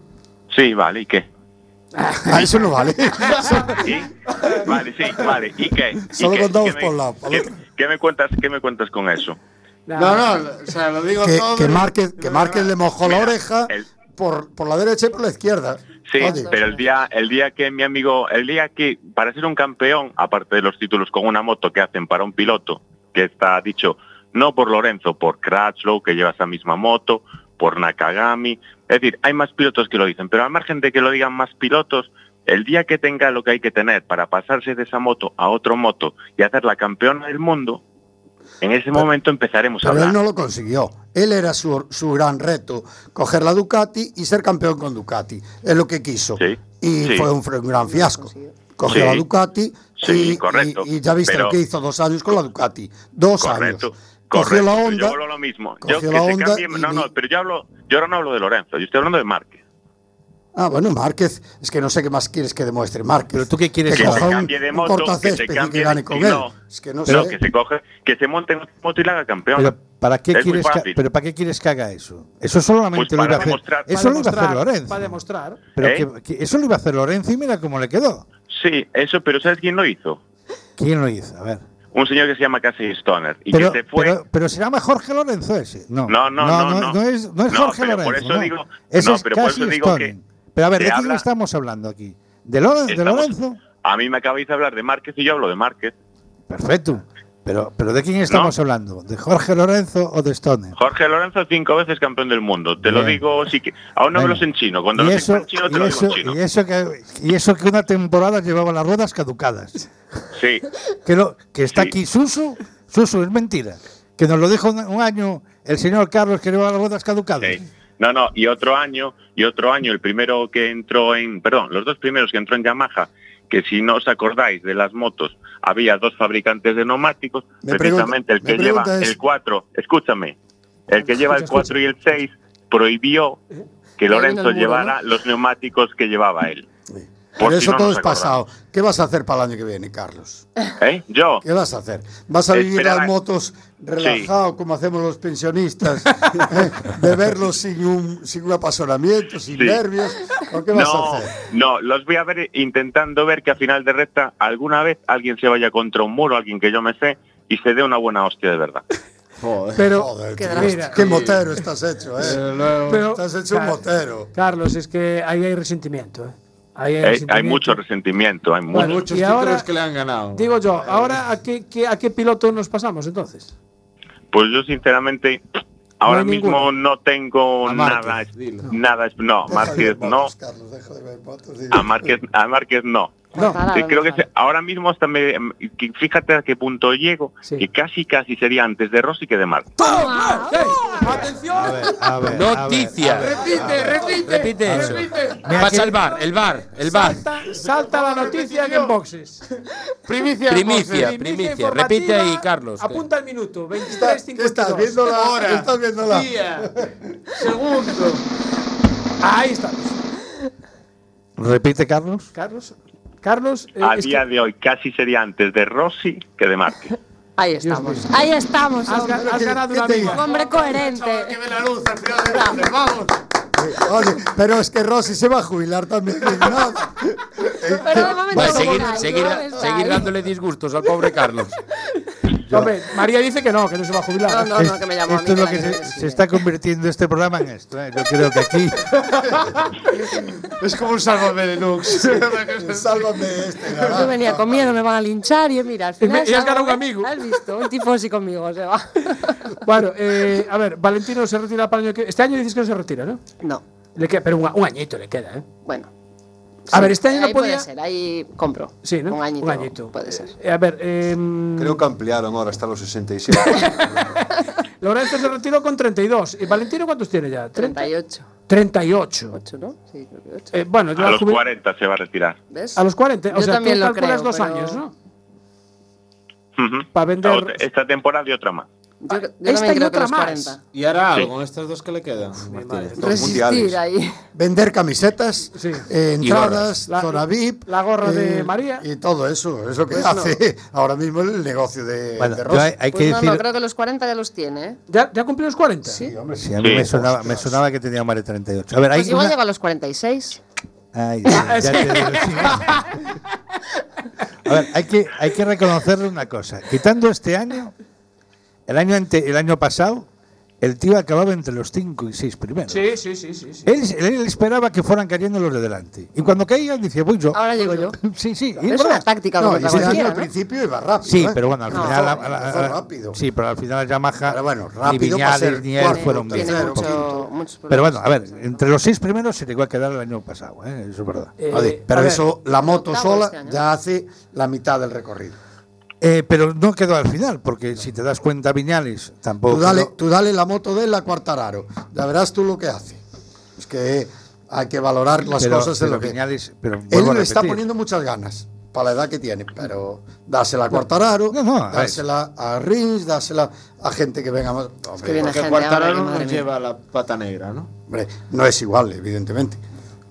K: Sí, vale, ¿y qué?
M: Ah, eso no
K: (laughs)
M: vale.
K: ¿Sí? Vale, sí, vale. ¿Y qué? ¿Y
M: Solo
K: qué?
M: contamos
K: ¿Qué me-
M: por un lado, por
K: ¿qué, qué me cuentas, ¿Qué me cuentas con eso?
D: No, no, o sea, lo digo
M: que,
D: todo.
M: que Márquez, que Márquez le mojó la
K: Mira,
M: oreja
K: el-
M: por, por la derecha y por la izquierda.
K: Sí, pero el día, el día que mi amigo, el día que para ser un campeón, aparte de los títulos con una moto que hacen para un piloto, que está dicho no por Lorenzo, por Crutchlow, que lleva esa misma moto, por Nakagami, es decir, hay más pilotos que lo dicen, pero al margen de que lo digan más pilotos, el día que tenga lo que hay que tener para pasarse de esa moto a otra moto y hacerla campeona del mundo, en ese momento empezaremos a
L: Pero
K: hablar.
L: él no lo consiguió. Él era su, su gran reto, coger la Ducati y ser campeón con Ducati. Es lo que quiso. Y
K: sí.
L: fue un, fr- un gran fiasco. Cogió
K: Sí.
L: la Ducati
K: Sí,
L: y,
K: correcto,
L: y- y ya viste
K: pero-
L: lo que hizo dos años con la Ducati. Dos
K: Correcto.
L: años. Cogió
K: Correcto,
L: la
K: yo
L: Honda.
K: hablo lo mismo. Yo,
L: cogió
K: que
L: la
K: se
L: Honda
K: cambie-
L: y
K: no, no, pero yo hablo, yo ahora no hablo de Lorenzo, yo estoy hablando de Márquez.
L: Ah, bueno, Márquez. Es que no sé qué más quieres que demuestre Márquez. Pero tú qué
K: Que
L: quieres
K: se
L: coja un-
K: cambie de
L: un
K: moto, que se
L: cortacésped y
K: cambie
L: gane
K: de
L: con
K: sí,
L: él.
K: no,
L: Es que no
K: pero
L: sé.
K: que se coge, que se monte en otra moto y la haga campeón.
E: Pero ¿para qué,
K: Es muy
E: quieres que,
K: fácil.
E: pero ¿para qué quieres que haga eso? Eso solamente
K: Pues
E: lo
K: para
E: iba a hacer.
K: demostrar-
E: eso lo iba a hacer
K: demostrar-
E: Lorenzo.
B: Para demostrar.
E: Pero
K: ¿Eh?
E: que- que eso lo iba a hacer Lorenzo y mira cómo le quedó.
K: Sí, eso, pero ¿sabes quién lo hizo?
E: ¿Quién lo hizo? A ver.
K: Un señor que se llama Casey Stoner y
E: Pero,
K: que se fue
E: pero, pero será mejor que Lorenzo ese. No,
K: No, no, no,
E: no,
K: no.
E: es, no es
K: No,
E: Jorge
K: pero por
E: Lorenzo.
K: eso
E: no.
K: digo-
E: Ese
K: no,
E: es
K: pero por
E: casi
K: eso digo que
E: Stone. Pero a ver,
K: se
E: ¿de quién
K: habla-
E: estamos hablando aquí? ¿De, Lo- de
K: Estamos-
E: Lorenzo?
K: A mí me acabáis de hablar de Márquez y yo hablo de Márquez.
E: Perfecto. Pero, pero ¿de quién estamos hablando? ¿De Jorge Lorenzo o de Stone?
K: Jorge Lorenzo cinco veces campeón del mundo. Te lo
E: Bien.
K: digo, sí que aún no me
E: Venga.
K: lo sé en chino. Cuando
E: y
K: lo
E: eso,
K: sepa en chino te
E: y
K: lo digo
E: eso,
K: en chino.
E: y eso que, y eso que una temporada llevaba las ruedas caducadas.
K: Sí.
E: Que, lo, que está aquí Susu, Susu, es mentira. Que nos lo dijo un, un año el señor Carlos que llevaba las ruedas caducadas.
K: No, no, y otro año, y otro año, el primero que entró en, perdón, los dos primeros que entró en Yamaha, que si no os acordáis de las motos, había dos fabricantes de neumáticos,
L: Me
K: precisamente
L: pregunta-
K: el que
L: me
K: lleva
L: pregunta es-
K: el 4, escúchame, el que lleva el 4 y el 6 prohibió que
L: Ah, Ya viene
K: Lorenzo
L: el muro,
K: llevara
L: ¿no?
K: los neumáticos que llevaba él.
L: Pero
K: si
L: eso
K: no
L: todo
K: nos
L: es pasado. ¿Qué vas a hacer para el año que viene, Carlos?
K: ¿Eh? Yo.
L: ¿Qué vas a hacer? ¿Vas a vivir
K: Esperar
L: las
K: a-
L: motos relajado como hacemos los pensionistas? (laughs) ¿eh? ¿Beberlos sin un, sin un apasionamiento, sin
K: Sí.
L: nervios? ¿O qué vas
K: no,
L: a hacer?
K: no, los voy a ver intentando ver que a final de recta alguna vez alguien se vaya contra un muro, alguien que yo me sé, y se dé una buena hostia de verdad.
L: Pero,
B: qué
L: qué,
B: drástico.
L: qué motero estás hecho, ¿eh? estás hecho un
B: Car-
L: motero.
B: Carlos, es que ahí hay resentimiento. ¿eh? Ahí hay,
K: Eh, Hay,
B: resentimiento.
K: mucho resentimiento, hay mucho.
B: Bueno, Muchos y títulos ahora-
D: que le han ganado.
B: Digo yo, ¿ahora a qué, qué- a qué piloto nos pasamos entonces?
K: Pues yo sinceramente ahora
B: hay
K: mismo
B: ninguno.
K: no tengo
B: A Márquez,
K: nada, nada, no, a Márquez no, a Márquez, a Márquez no.
B: No.
K: Sí, creo que se- ahora mismo hasta me, que- fíjate a qué punto llego, que casi casi sería antes de Rossi que de Márquez.
B: ¡Atención!
C: Noticia.
B: Repite, repite,
C: repite eso. Pasa el bar, el bar, el bar.
B: Salta, salta la noticia en
L: (laughs)
B: boxes.
D: Primicia,
C: Primicia, primicia. Repite ahí, Carlos. que-
B: Apunta el minuto, 23,
L: estás viendo la hora? ¿Estás viendo la
B: Segundo. Ahí está.
E: Repite, Carlos.
B: Carlos, Carlos, eh,
K: a
B: es que-
K: día de hoy casi sería antes de Rossi que de Márquez.
J: Ahí estamos. Ahí estamos.
B: Has
J: hombre.
B: ga- has ganado una
J: ¿Qué te
B: amiga.
J: digo? Hombre coherente.
L: Vamos. Oye, pero es que Rossi se va a jubilar también. ¿no?
J: Pero de momento
C: Pues
J: no
C: seguir,
J: está,
C: seguir-
J: no está.
C: seguir dándole disgustos al pobre Carlos.
B: Hombre, María dice que no, que no se va a jubilar.
J: No, no, que me llamó a
E: Esto
J: mí.
E: es lo
J: que la
E: que
J: quería
E: se,
J: decir.
E: se está convirtiendo este programa en esto. ¿eh? Yo creo que
K: (laughs)
E: aquí.
L: Es como un sálvame de Lux. sálvame este.
J: (laughs) Yo venía con miedo, me van a linchar y mira, al
B: Y me-
J: final.
B: y has
J: salgo-
B: ganado un amigo.
J: Has visto, un tifosi conmigo se va.
B: Bueno, eh, a ver, Valentino se retira para el año que Este año dices que no se retira, ¿no?
J: No.
B: Le queda, pero un, un añito le queda, ¿eh?
J: Bueno.
B: A
J: Sí,
B: ver, este año
J: ahí
B: no podía.
J: Puede ser, ahí compro.
B: Sí, ¿no?
J: Un añito.
B: Un añito.
J: Puede ser.
B: Eh, a ver, em,
M: Creo que ampliaron ahora hasta los 67.
B: Lorenzo se retiró con 32. ¿Y Valentino cuántos tiene ya?
J: 38.
B: 38.
J: ¿no? Sí, 38.
B: (laughs) Eh, bueno, yo
K: A
B: la
K: los
B: jubil-
K: 40 se va a retirar.
J: ¿Ves?
B: a los 40. O
J: Yo
B: sea, tú
J: también lo
B: calculas
J: creo,
B: dos
J: pero-
B: años, ¿no?
K: Ujú.
B: Para vender.
K: A otra- Esta temporada y otra más.
J: Yo, yo
B: Esta
J: también
B: y
J: creo que
B: otra
J: los
B: más.
J: 40.
D: ¿Y hará
K: Sí.
D: algo con estas dos que le quedan? Martínez?
J: Resistir ahí.
L: Vender camisetas, eh,
D: Y
L: entradas,
D: gorras.
B: La-
L: zona VIP.
B: la gorra de María.
L: eh, Y todo eso. Es lo que
J: Pues no.
L: hace ahora mismo el negocio de,
E: Bueno,
L: de
E: yo
L: Rossi.
E: hay- hay
J: Pues no, no, creo que los 40 ya los tiene. ¿eh?
B: ¿Ya, ya cumplió los 40?
L: Sí, pues, hombre,
E: Sí, a mí
K: Sí.
E: me, sonaba, me sonaba que tenía más de 38. A ver, hay
J: Pues igual
E: una-
J: llega a los 46.
E: Ay, sí, ya te digo, sí. A ver, hay que, hay que reconocerle una cosa. Quitando este año, el año, ante- el año pasado, el tío acababa entre los 5 y 6 primeros.
B: Sí, sí, sí, sí. sí.
E: Él, él esperaba que fueran cayendo los de delante. Y cuando caían, decía, voy yo.
J: Ahora llego yo.
E: (laughs) Sí, sí.
J: Es una táctica
E: No,
J: como
E: y
J: la
E: si
J: cualquiera,
E: daña
J: ¿no?
E: al principio iba rápido. Sí,
L: ¿eh?
E: pero bueno, al
L: No, fue-
E: final. a la- a la-
L: fue
E: a la-
L: rápido.
E: Sí, pero al final Yamaha. Pero bueno,
L: rápido
E: Ni
L: pa'
E: Viñales
L: ser
E: ni él
L: cuarto,
E: fueron bien.
J: Tiene mucho, muchos problemas.
E: Pero bueno, a ver, entre los seis primeros se llegó a quedar el año pasado, ¿eh? eso es verdad.
J: Eh,
L: Joder, pero eso, la moto
J: Octavo
L: sola
J: este año.
L: ya hace la mitad del recorrido.
E: Eh, pero no quedó al final, porque si te das cuenta, Viñales tampoco.
L: Tú dale,
E: quedó-
L: tú dale la moto de él a Cuartararo. Ya verás tú lo que hace. Es que hay que valorar las
E: pero-
L: cosas de
E: pero
L: lo que.
E: Viñales, pero
L: Él
E: vuelvo a
L: le está
E: repetir.
L: poniendo muchas ganas para la edad que tiene, pero dásela a Cuartararo,
E: No, no, a ver.
L: dásela a Rins, dásela a gente que venga más. Hombre,
J: que viene
L: porque
J: gente
L: Quartararo
J: ahora que
L: no
J: madre
L: es-
J: mía.
D: Lleva la pata negra, ¿no?
L: hombre, no es igual, evidentemente.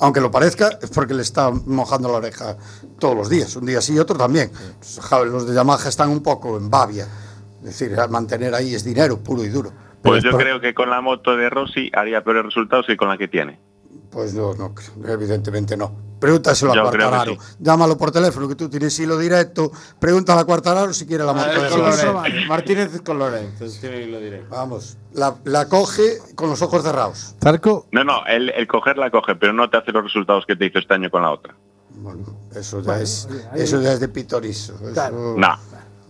L: Aunque lo parezca, es porque le está mojando la oreja todos los días, un día sí y otro también. Pues, Los de Yamaha están un poco en babia. Es decir, mantener ahí es dinero puro y duro.
K: Pues yo creo que con la moto de Rossi haría peores resultados que con la que tiene.
L: Pues no, no, creo, evidentemente no. Pregúntaselo
K: Yo
L: a
K: creo que
L: Cuartararo.
K: sí.
L: Llámalo por teléfono, que tú tienes hilo directo. Pregúntale a Cuartararo si quiere la moto de Lorenzo.
D: Martínez con Lorenzo, tiene que lo diré.
L: Vamos, la, la coge con los ojos cerrados.
E: Zarco,
K: No, no, el, el coger la coge, pero no te hace los resultados que te hizo este año con la otra.
L: Eso ya, es, eso ya es de pitorizo. Eso-
K: No,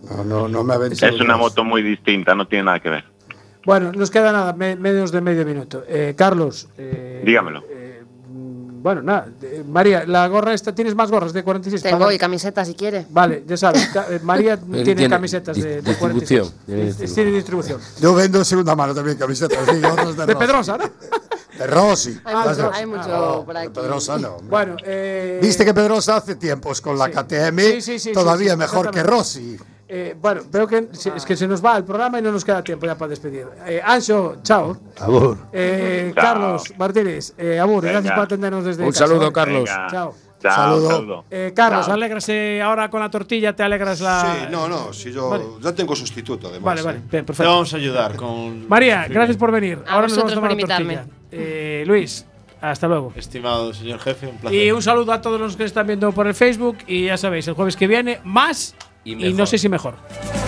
L: no, no, no me aventuro.
K: es una moto muy distinta, no tiene nada que ver.
B: Bueno, nos queda nada, me- menos de medio minuto. Eh, Carlos, eh,
K: Dígamelo.
B: bueno, nada. eh, María, la gorra esta, ¿tienes más gorras de 46?
J: Tengo
B: Pagan-
J: y camiseta si quiere.
B: Vale, ya sabes. ca- eh, María tiene,
C: tiene
B: camisetas
C: di-
B: de, de
C: distribución,
B: 46.
C: tiene
B: Dis-
C: distribución.
B: Tiene distribución.
L: Yo vendo en segunda mano también camisetas sí, gorras
B: (laughs)
L: de,
B: De
L: Rossi.
B: Pedrosa, ¿no?
L: De Rossi.
J: Hay
L: Las de
J: mucho,
L: Rossi.
J: hay mucho por aquí.
L: Pedrosa no. hombre.
B: Bueno, eh,
L: Viste que Pedrosa hace tiempos con la KTM
B: Sí, sí, sí,
L: todavía
B: sí, sí,
L: mejor que
B: exactamente.
L: Rossi.
B: eh, bueno, veo que se- es que se nos va el programa y no nos queda tiempo ya para despedir. Eh, Ancho, chao.
E: Abur.
B: Eh,
K: Chao.
B: Carlos Martínez, eh, Abur,
K: Venga.
B: gracias por atendernos desde
C: Un
B: casa,
C: saludo,
B: ¿vale?
C: Carlos.
K: Venga.
B: Chao.
K: Chao,
L: Saludo.
K: saludo.
B: Eh, Carlos,
K: Chao.
B: alégrase ahora con la tortilla, te alegras la.
M: Sí, no, no, si yo
B: Vale.
M: ya tengo sustituto además.
B: Vale,
M: ¿eh?
B: vale, bien,
N: Te
B: perfecto.
N: vamos a ayudar con.
B: María, gracias por venir.
J: A
B: ahora nos vamos a
J: vosotros
B: tomar
J: por
B: la tortilla.
J: invitarme.
B: Eh, Luis, hasta luego.
N: Estimado señor jefe, un placer.
B: Y un saludo a todos los que están viendo por el Facebook. Y ya sabéis, el jueves que viene, más y no sé si mejor.